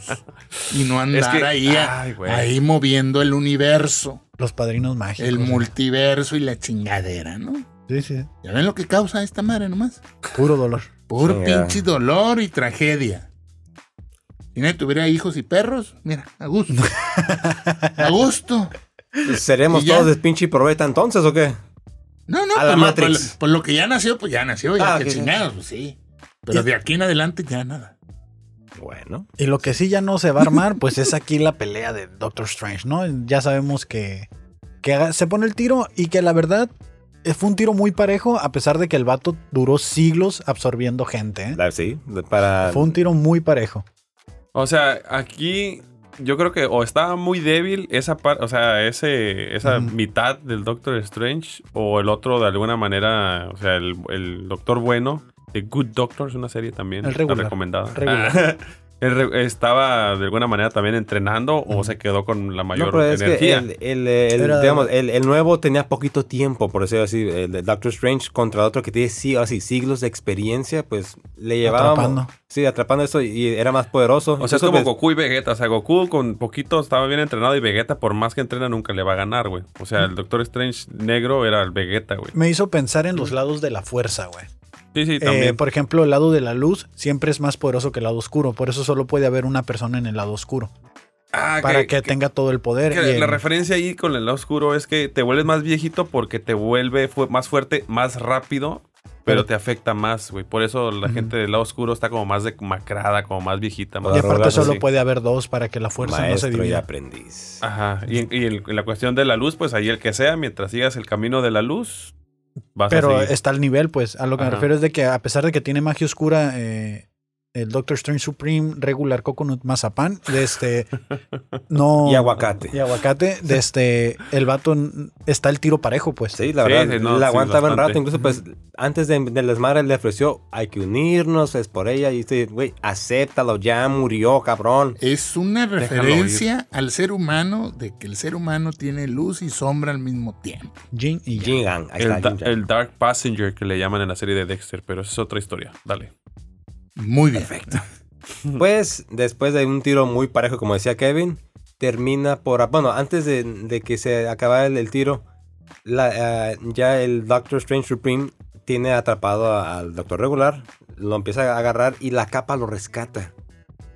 Speaker 2: y no andar
Speaker 4: Es que-
Speaker 2: ahí, a-
Speaker 4: ay, güey.
Speaker 2: ahí moviendo el universo,
Speaker 1: los padrinos mágicos.
Speaker 2: el multiverso y la chingadera, ¿no?
Speaker 1: Sí, sí.
Speaker 2: Ya ven lo que causa esta madre nomás.
Speaker 1: Puro dolor.
Speaker 2: Puro
Speaker 3: Sí, ya.
Speaker 2: pinche dolor y tragedia. Si nadie tuviera hijos y perros, mira, a gusto.
Speaker 3: <laughs>
Speaker 2: a gusto.
Speaker 3: ¿Seremos
Speaker 2: Y ya.
Speaker 3: todos de pinche probeta entonces o qué?
Speaker 2: No, no,
Speaker 3: A la
Speaker 2: pues lo-
Speaker 3: Matrix.
Speaker 2: pues lo- pues lo que ya nació, pues ya nació, ya
Speaker 3: Ah,
Speaker 2: que
Speaker 3: ok.
Speaker 2: chingados, pues sí. Pero de aquí en adelante ya nada.
Speaker 3: Bueno.
Speaker 1: Y lo que sí ya no se va a armar, pues es aquí la pelea de Doctor Strange, ¿no? Ya sabemos que, que haga- se pone el tiro y que la verdad eh, fue un tiro muy parejo, a pesar de que el vato duró siglos absorbiendo gente. ¿eh?
Speaker 3: la- sí, para...
Speaker 1: Fue un tiro muy parejo.
Speaker 4: O sea, aquí yo creo que o estaba muy débil esa parte, o sea, ese, esa
Speaker 1: Ujú.
Speaker 4: mitad del Doctor Strange, o el otro de alguna manera, o sea, el, el Doctor Bueno, de Good Doctor, es una serie también
Speaker 1: El
Speaker 4: la
Speaker 1: regular.
Speaker 4: recomendada.
Speaker 1: Regular.
Speaker 4: <laughs> El re- estaba de alguna manera también entrenando o
Speaker 1: Ujú. pues,
Speaker 4: se quedó con la mayor
Speaker 3: No, pero es que
Speaker 4: energía.
Speaker 3: el, el- el-
Speaker 1: Era-
Speaker 3: digamos, el- el nuevo tenía poquito tiempo, por decirlo así. El de Doctor Strange contra otro que tiene sí, ahora sí, siglos de experiencia, pues le llevaba.
Speaker 1: Atrapando.
Speaker 3: Sí, atrapando eso y era más poderoso.
Speaker 4: O sea, es
Speaker 3: Incluso,
Speaker 4: como
Speaker 3: pues,
Speaker 4: Goku y Vegeta. O sea, Goku con poquito estaba bien entrenado y Vegeta, por más que entrena, nunca le va a ganar, güey. O
Speaker 1: Mm.
Speaker 4: sea, el Doctor Strange negro era el Vegeta, güey.
Speaker 1: Me hizo pensar en los lados de la fuerza, güey.
Speaker 4: Sí, sí,
Speaker 1: Eh,
Speaker 4: también.
Speaker 1: por ejemplo, el lado de la luz siempre es más poderoso que el lado oscuro, por eso solo puede haber una persona en el lado oscuro,
Speaker 4: Ah,
Speaker 1: para que, tenga todo el poder.
Speaker 4: que
Speaker 1: y
Speaker 4: la
Speaker 1: el-
Speaker 4: referencia ahí con el lado oscuro es que te vuelves más viejito porque te vuelve fu- más fuerte, más rápido, pero
Speaker 1: Pero-
Speaker 4: te afecta más, güey. Por eso la
Speaker 1: Ujú.
Speaker 4: gente del lado oscuro está como más demacrada, como más viejita, más
Speaker 1: y
Speaker 3: arrugado,
Speaker 1: aparte solo
Speaker 4: Sí.
Speaker 1: puede haber dos para que la fuerza
Speaker 3: maestro
Speaker 1: no se
Speaker 3: y
Speaker 1: divida.
Speaker 3: aprendiz.
Speaker 4: Ah. Ajá. Y, en- y en la cuestión de la luz, pues ahí el que sea, mientras sigas el camino de la luz, Vas
Speaker 1: Pero
Speaker 4: a seguir.
Speaker 1: está al nivel, pues. A lo que me
Speaker 4: Ajá.
Speaker 1: refiero es de que a pesar de que tiene magia oscura, eh, el Doctor Strange Supreme, regular coconut mazapán, de
Speaker 3: <laughs>
Speaker 1: este, no...
Speaker 3: Y aguacate.
Speaker 1: Y aguacate, de este, el vato n- está el tiro parejo, pues.
Speaker 3: Sí, la
Speaker 4: Sí,
Speaker 3: verdad,
Speaker 4: sí, no, sí,
Speaker 3: la aguantaba un
Speaker 4: bastante.
Speaker 3: rato. Incluso, pues, antes de, del desmadre le ofreció, hay que unirnos, es por ella. Y dice, güey, acéptalo, ya murió, cabrón.
Speaker 2: Es una
Speaker 4: Déjalo
Speaker 2: referencia al ser humano de que el ser humano tiene luz y sombra al mismo tiempo.
Speaker 1: Jin y Yang.
Speaker 3: Jingan, ahí
Speaker 4: El,
Speaker 3: está,
Speaker 4: da-
Speaker 3: Jin Gang.
Speaker 4: el Dark Passenger que le llaman en la serie de Dexter, pero esa es otra historia. Dale.
Speaker 2: Muy bien.
Speaker 3: Pues, después de un tiro muy parejo, como decía Kevin, termina por. Bueno, antes de, de que se acabara el, el tiro, la- eh, ya el Doctor Strange Supreme tiene atrapado a- al Doctor Regular, lo empieza a agarrar y la capa lo rescata.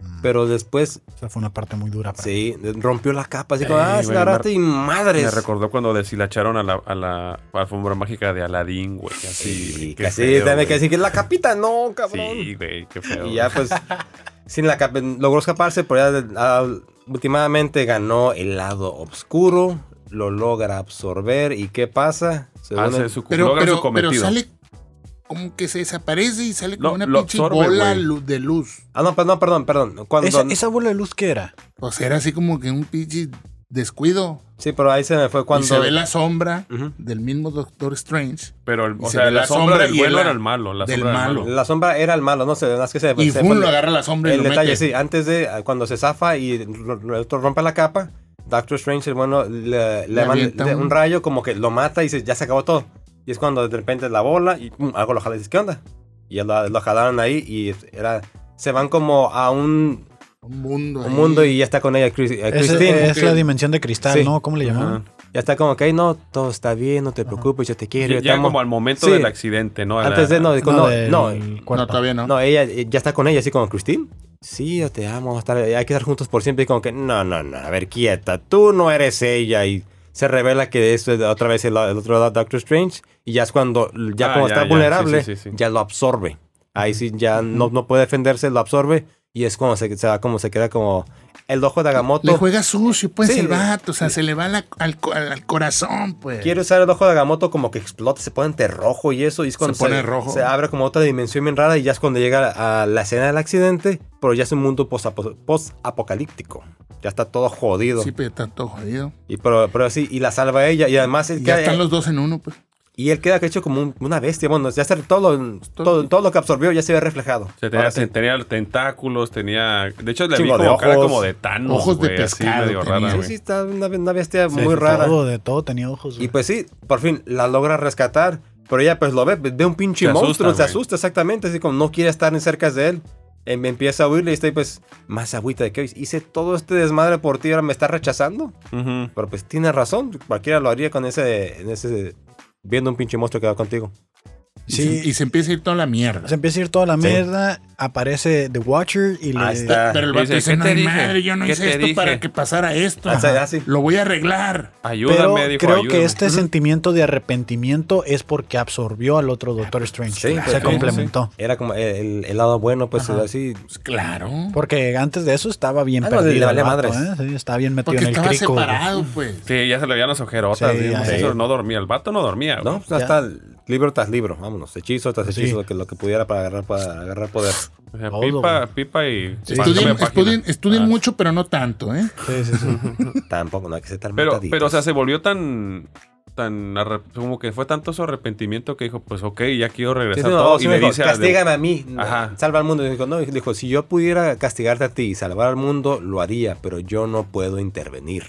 Speaker 4: Mm.
Speaker 3: Pero después,
Speaker 1: Esa fue una parte muy dura. para
Speaker 3: sí, rompió la capa, así
Speaker 4: Ey,
Speaker 3: como, ah, se
Speaker 4: Eh, güey,
Speaker 3: la agarraste y
Speaker 4: Me
Speaker 3: madres.
Speaker 4: recordó cuando deshilacharon a la, a la alfombra mágica de Aladdin, güey. Así.
Speaker 3: Sí,
Speaker 4: qué
Speaker 3: que sí,
Speaker 4: feo,
Speaker 3: dame que
Speaker 4: güey.
Speaker 3: decir que es la capita, no, cabrón.
Speaker 4: Sí, güey, qué feo.
Speaker 3: Y ya pues, sin la capa, logró escaparse, pero ya de- ah, últimamente ganó el lado oscuro, lo logra absorber y ¿qué pasa? Según
Speaker 4: Hace
Speaker 3: el-
Speaker 4: Ah, su,
Speaker 2: Pero,
Speaker 4: logra
Speaker 2: pero,
Speaker 4: su
Speaker 2: pero
Speaker 4: cometido.
Speaker 2: sale como que se desaparece y sale como
Speaker 4: No,
Speaker 2: una
Speaker 4: lo
Speaker 2: pinche
Speaker 4: absorbe,
Speaker 2: bola
Speaker 4: güey.
Speaker 2: lu- de luz.
Speaker 3: Ah, no, perdón, perdón, perdón. Cuando,
Speaker 1: Esa, esa bola de luz que era.
Speaker 2: O sea, era así como que un pinche descuido.
Speaker 3: Sí, pero ahí se me fue
Speaker 2: Cuando
Speaker 3: cuando...
Speaker 2: se ve la sombra
Speaker 3: Ujú.
Speaker 2: del mismo Doctor Strange
Speaker 4: Pero, el-
Speaker 2: Y
Speaker 4: o
Speaker 2: se
Speaker 4: sea,
Speaker 2: ve
Speaker 4: la,
Speaker 2: la
Speaker 4: sombra
Speaker 2: sombra
Speaker 4: del
Speaker 2: y
Speaker 4: bueno
Speaker 2: el-
Speaker 4: era el malo. La
Speaker 2: del
Speaker 4: sombra
Speaker 2: malo.
Speaker 3: La sombra era el malo, no sé, es que se...
Speaker 2: y
Speaker 3: se
Speaker 2: Fun
Speaker 3: fue-
Speaker 2: lo agarra la sombra y
Speaker 3: El
Speaker 2: lo
Speaker 3: detalle,
Speaker 2: mete.
Speaker 3: sí, antes de, ah, cuando se zafa y r- r- otro rompe la capa, Doctor Strange, el bueno, le, le manda
Speaker 2: avienta
Speaker 3: le-
Speaker 2: un-
Speaker 3: un... rayo, como que lo mata y dice, ya se acabó todo. Y es cuando de repente la bola y pum, algo lo jala y dice, ¿qué onda? Y ya lo, lo jalaron ahí y era, se van como a un,
Speaker 2: Un mundo.
Speaker 3: un
Speaker 2: ahí.
Speaker 3: mundo y ya está con ella Chris- eh,
Speaker 1: Ese-
Speaker 3: Christine.
Speaker 1: es la dimensión de cristal,
Speaker 3: Sí.
Speaker 1: ¿no? ¿Cómo le llamaban?
Speaker 3: Ya está como que, "Ay, no, todo está bien, no te preocupes, yo te quiero.
Speaker 4: Ya,
Speaker 3: yo te
Speaker 4: ya
Speaker 3: amo".
Speaker 4: como al momento
Speaker 3: Sí.
Speaker 4: del accidente, ¿no? A la-
Speaker 3: Antes de, no, digo, no,
Speaker 1: del
Speaker 3: no,
Speaker 2: No,
Speaker 1: cuerpo.
Speaker 2: todavía no.
Speaker 3: No, ella eh, ya está con ella, así como Christine. Sí, yo te amo, vamos a estar- hay que estar juntos por siempre. Y como que, no, no, no, a ver, quieta, tú no eres ella. Y se revela que es eh, otra vez el, el otro lado Doctor Strange. Y ya es cuando, ya
Speaker 4: Ah,
Speaker 3: como
Speaker 4: ya,
Speaker 3: está
Speaker 4: ya,
Speaker 3: vulnerable,
Speaker 4: sí, sí, sí, sí.
Speaker 3: ya lo absorbe. Ahí sí, ya no, no puede defenderse, lo absorbe. Y es como se, se va- como se queda como el ojo de
Speaker 2: Le
Speaker 3: Agamotto.
Speaker 2: juega sucio, pues
Speaker 3: Sí,
Speaker 2: el
Speaker 3: le-
Speaker 2: vato. O sea, se le va la- al, co- al- al corazón, pues.
Speaker 3: Quiere usar el ojo de Agamotto como que explota, se pone entre rojo y eso. Y es cuando
Speaker 2: pone rojo.
Speaker 3: se abre como otra dimensión bien rara y ya es cuando llega a la escena del accidente, pero ya es un mundo post-apo- post-apocalíptico. Ya está todo jodido.
Speaker 2: Sí, pero está todo jodido.
Speaker 3: Y, pero, pero sí, y la salva ella. Y además él
Speaker 2: Y ya
Speaker 3: queda,
Speaker 2: están los dos en uno, pues.
Speaker 3: y él queda hecho como un- una bestia. Bueno, ya está todo, lo- todo, todo lo que absorbió ya se ve reflejado.
Speaker 4: O sea, tenía,
Speaker 3: Ahora sí.
Speaker 4: tenía tentáculos, tenía. De hecho, le vi
Speaker 3: Chingo de
Speaker 4: como cara
Speaker 3: ojos.
Speaker 4: como de Thanos.
Speaker 2: Ojos de
Speaker 4: güey, así
Speaker 2: pescado
Speaker 4: medio rara,
Speaker 2: tenía.
Speaker 3: Sí,
Speaker 4: güey.
Speaker 3: sí, está una, una bestia
Speaker 1: Sí,
Speaker 3: muy
Speaker 1: de
Speaker 3: rara.
Speaker 1: Todo, de todo tenía ojos.
Speaker 3: Y
Speaker 1: güey.
Speaker 3: pues sí, por fin la logra rescatar. Pero ella pues lo ve, ve un pinche
Speaker 4: Se asusta,
Speaker 3: monstruo, se
Speaker 4: güey.
Speaker 3: asusta exactamente, así como no quiere estar ni cerca de él. Em- Empieza a huirle y está ahí pues, más agüita de que hice todo este desmadre por ti, ahora me está rechazando.
Speaker 4: Ujú.
Speaker 3: Pero pues tiene razón, cualquiera lo haría con ese, en ese, viendo un pinche monstruo que va contigo.
Speaker 2: Y
Speaker 1: Sí.
Speaker 2: se- Y se empieza a ir toda la mierda.
Speaker 1: Se empieza a ir toda la mierda, aparece The Watcher y le...
Speaker 3: Ahí Ah, está.
Speaker 2: Pero el
Speaker 4: Dice,
Speaker 2: vato dice,
Speaker 4: "¿Qué
Speaker 2: no
Speaker 4: te
Speaker 2: hay
Speaker 4: dije?
Speaker 2: madre, yo no
Speaker 4: ¿Qué
Speaker 2: hice
Speaker 4: te
Speaker 2: esto
Speaker 4: dije?"
Speaker 2: para que pasara esto.
Speaker 1: Ah,
Speaker 3: O sea, así.
Speaker 2: Lo voy a arreglar.
Speaker 4: Ayúdame,
Speaker 1: Pero
Speaker 4: dijo.
Speaker 1: creo que
Speaker 4: ayúdame.
Speaker 1: este sentimiento de arrepentimiento es porque absorbió al otro Doctor Strange.
Speaker 3: Sí, pues,
Speaker 1: se
Speaker 3: sí,
Speaker 1: complementó.
Speaker 3: Era como el, el lado bueno, pues así.
Speaker 2: Pues claro.
Speaker 1: Porque antes de eso estaba bien
Speaker 3: Ah, no,
Speaker 1: perdido.
Speaker 3: le vale
Speaker 1: el vato,
Speaker 3: madres.
Speaker 1: ¿eh? Sí, estaba bien metido
Speaker 2: Porque
Speaker 1: en el
Speaker 2: estaba
Speaker 1: crico. güey.
Speaker 2: separado, pues.
Speaker 4: Sí, ya se le veían las ojerotas.
Speaker 1: Sí,
Speaker 4: bien,
Speaker 1: ya,
Speaker 4: pues,
Speaker 1: sí.
Speaker 4: eso, no dormía. El vato no dormía. güey.
Speaker 3: No, pues hasta el- libro tras libro, vámonos, hechizo tras
Speaker 1: Sí.
Speaker 3: hechizo, lo, que, lo que pudiera para agarrar, para agarrar
Speaker 4: <laughs>
Speaker 3: poder.
Speaker 4: O sea,
Speaker 1: Todo,
Speaker 4: pipa,
Speaker 1: güey.
Speaker 4: pipa y.
Speaker 2: Estudien,
Speaker 4: página.
Speaker 2: estudien- estudien
Speaker 4: Ah,
Speaker 2: mucho, pero no tanto, ¿eh?
Speaker 1: Sí, sí, sí.
Speaker 3: Tampoco, no hay que ser tan
Speaker 4: Pero,
Speaker 3: mataditos.
Speaker 4: pero, o sea, se volvió tan. tan arre- como que fue tanto su arrepentimiento que dijo, pues ok, ya quiero
Speaker 3: Sí,
Speaker 4: regresar
Speaker 3: no,
Speaker 4: todo.
Speaker 3: sí
Speaker 4: y
Speaker 3: me
Speaker 4: le
Speaker 3: dijo,
Speaker 4: dice a-
Speaker 3: castígame a mí,
Speaker 4: Ajá.
Speaker 3: salva al mundo. Y dijo, no, dijo, si yo pudiera castigarte a ti y salvar al mundo, lo haría, pero yo no puedo intervenir.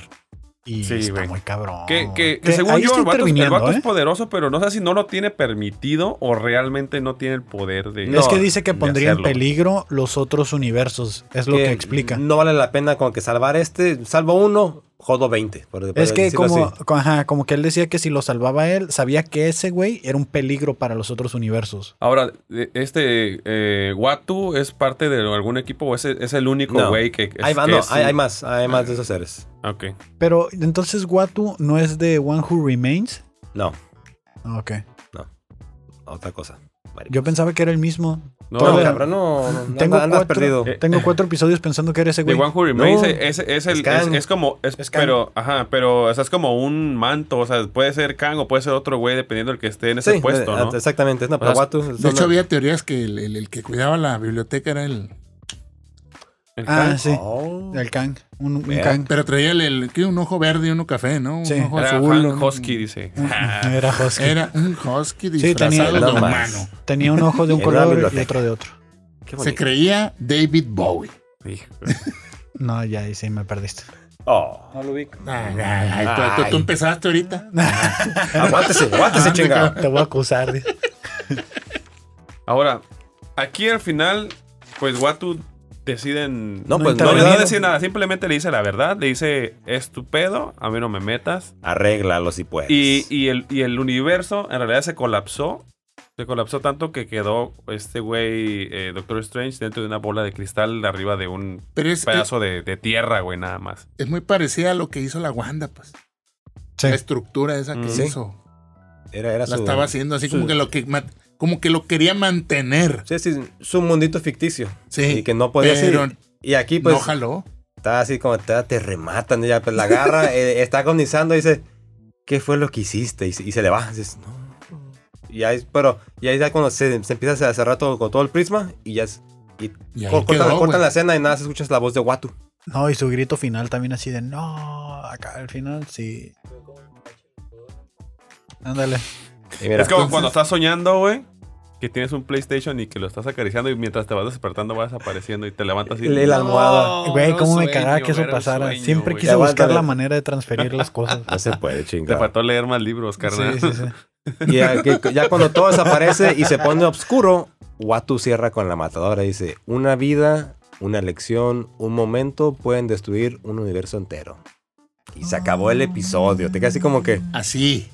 Speaker 1: Y
Speaker 4: Sí,
Speaker 1: está
Speaker 4: güey.
Speaker 1: muy cabrón.
Speaker 4: Que, que- que según
Speaker 1: ahí
Speaker 4: yo,
Speaker 1: está
Speaker 4: el vato, el
Speaker 1: interviniendo,
Speaker 4: vato
Speaker 1: ¿eh?
Speaker 4: es poderoso, pero no sé si no lo tiene permitido o realmente no tiene el poder de.
Speaker 3: No,
Speaker 1: es que dice que
Speaker 4: de
Speaker 1: pondría en
Speaker 4: hacerlo.
Speaker 1: peligro los otros universos. Es lo que explica.
Speaker 3: No vale la pena como que salvar este, salvo uno, jodo 20. por- por
Speaker 1: es que
Speaker 3: decirlo
Speaker 1: como,
Speaker 3: así.
Speaker 1: co- ajá, como que él decía que si lo salvaba él, sabía que ese güey era un peligro para los otros universos.
Speaker 4: Ahora, eh, este eh, Watu es parte de algún equipo o es, es el único
Speaker 3: No.
Speaker 4: güey que. Es,
Speaker 3: Hay, más,
Speaker 4: que
Speaker 3: no,
Speaker 4: es-
Speaker 3: hay, hay más, hay más de esos seres.
Speaker 4: Ok.
Speaker 1: Pero entonces Watu no es de One Who Remains.
Speaker 3: No,
Speaker 1: Ah, Ok.
Speaker 3: otra cosa.
Speaker 1: Yo pensaba que era el mismo.
Speaker 4: No,
Speaker 3: Todo
Speaker 1: Todavía-
Speaker 3: cabrón, no, no, no,
Speaker 1: Tengo
Speaker 3: anda- andas
Speaker 1: cuatro-
Speaker 3: perdido.
Speaker 4: Eh,
Speaker 1: Tengo cuatro episodios pensando que era ese
Speaker 4: The
Speaker 1: güey.
Speaker 4: One Who Remains
Speaker 3: No.
Speaker 4: eh, es, es el-
Speaker 3: Es Kang.
Speaker 4: es- es como. es-
Speaker 1: Es Kang.
Speaker 4: pero, ajá, pero o sea, es como un manto. O sea, puede ser Kang o puede ser otro güey, dependiendo del que esté en ese
Speaker 3: Sí,
Speaker 4: puesto,
Speaker 3: eh,
Speaker 4: ¿no?
Speaker 3: Exactamente, es
Speaker 4: O sea,
Speaker 3: Nahuatl.
Speaker 2: De hecho, había teorías que el, el- el que cuidaba la biblioteca era el.
Speaker 4: El
Speaker 1: Ah,
Speaker 4: Kang.
Speaker 1: sí. El Kang. Un, un
Speaker 4: Vea.
Speaker 1: Kang.
Speaker 2: Pero traía el, el- ¿qué? un ojo verde y uno café, ¿no? Un
Speaker 1: Sí.
Speaker 2: ojo
Speaker 4: Era
Speaker 2: azul.
Speaker 4: Hank
Speaker 2: un-
Speaker 4: Hosky, dice.
Speaker 1: Era Husky.
Speaker 2: Era un husky
Speaker 1: Sí, tenía-
Speaker 2: disfrazado
Speaker 3: No
Speaker 2: de
Speaker 3: más.
Speaker 2: humano.
Speaker 1: Tenía un ojo de un
Speaker 3: Era una
Speaker 1: color y
Speaker 3: biblioteca.
Speaker 1: otro de otro.
Speaker 3: Qué
Speaker 2: Se
Speaker 3: bonito.
Speaker 2: creía David Bowie.
Speaker 4: Hijo.
Speaker 1: No, ya ahí sí me perdiste.
Speaker 3: Oh.
Speaker 4: No lo ubico.
Speaker 2: Ay, ay, ay, tú- tú,
Speaker 3: Ay.
Speaker 2: tú empezaste ahorita.
Speaker 3: Aguántese, aguántese,
Speaker 2: Ande,
Speaker 1: <laughs>
Speaker 3: chinga.
Speaker 1: Te voy a acusar. dice.
Speaker 4: Ahora, aquí al final, pues Watu deciden.
Speaker 3: No, pues
Speaker 1: No,
Speaker 3: no,
Speaker 4: No
Speaker 1: la
Speaker 4: le
Speaker 1: verdad-
Speaker 4: dice nada, simplemente le dice la verdad, le dice, es tu pedo, a mí no me metas.
Speaker 3: Arréglalo si
Speaker 1: Pues.
Speaker 3: puedes.
Speaker 4: Y, y el, y el universo en realidad se colapsó, se colapsó tanto que quedó este güey, eh, Doctor Strange, dentro de una bola de cristal arriba de un
Speaker 2: Pero es, es,
Speaker 4: pedazo de, de tierra, güey, nada más.
Speaker 2: es muy parecida a lo que hizo la Wanda, pues.
Speaker 1: Sí.
Speaker 2: La estructura esa que
Speaker 4: Mm.
Speaker 3: Sí.
Speaker 2: hizo.
Speaker 3: era, era
Speaker 2: La
Speaker 3: su,
Speaker 2: estaba haciendo así
Speaker 3: su-
Speaker 2: como que lo que ma- como que lo quería mantener.
Speaker 3: Sí, sí, su mundito ficticio.
Speaker 2: Sí.
Speaker 3: Y que no podía ser.
Speaker 2: pero
Speaker 3: Y aquí, pues,
Speaker 2: no jaló.
Speaker 3: está así como te, te rematan. Ya, pues, la
Speaker 2: <laughs>
Speaker 3: agarra, eh, está agonizando y dice, ¿qué fue lo que hiciste? Y, se- y se le va. Y dices, no. Y ahí, pero, y ahí ya cuando se, se empieza a cerrar todo con todo el prisma y ya es- y
Speaker 2: Y ahí
Speaker 3: co- cortan,
Speaker 2: quedó,
Speaker 3: cortan
Speaker 2: güey.
Speaker 3: la escena y nada, se escucha la voz de Watu.
Speaker 1: No, y su grito final también así de no. Acá al final sí. Ándale.
Speaker 3: Y mira,
Speaker 4: es como
Speaker 2: entonces-
Speaker 4: cuando estás soñando, güey, que tienes un PlayStation y que lo estás acariciando y mientras te vas despertando vas apareciendo y te levantas y...
Speaker 3: Le- la almohada.
Speaker 1: Güey,
Speaker 4: no,
Speaker 1: cómo me
Speaker 4: sueño,
Speaker 1: cagaba que eso
Speaker 4: era un
Speaker 1: pasara.
Speaker 4: sueño,
Speaker 1: Siempre
Speaker 4: güey.
Speaker 1: quise
Speaker 3: Ya
Speaker 1: buscar
Speaker 3: aguántale.
Speaker 1: la manera de transferir las cosas.
Speaker 3: no se
Speaker 2: <laughs>
Speaker 3: puede,
Speaker 4: Te
Speaker 3: chingar.
Speaker 4: faltó leer más libros, carnal.
Speaker 1: Sí, sí, sí.
Speaker 3: Y ya, que- ya cuando todo desaparece y se pone oscuro, Watu cierra con la matadora y dice, una vida, una lección, un momento pueden destruir un universo entero. Y se acabó el episodio. Te quedas así como que
Speaker 2: Así.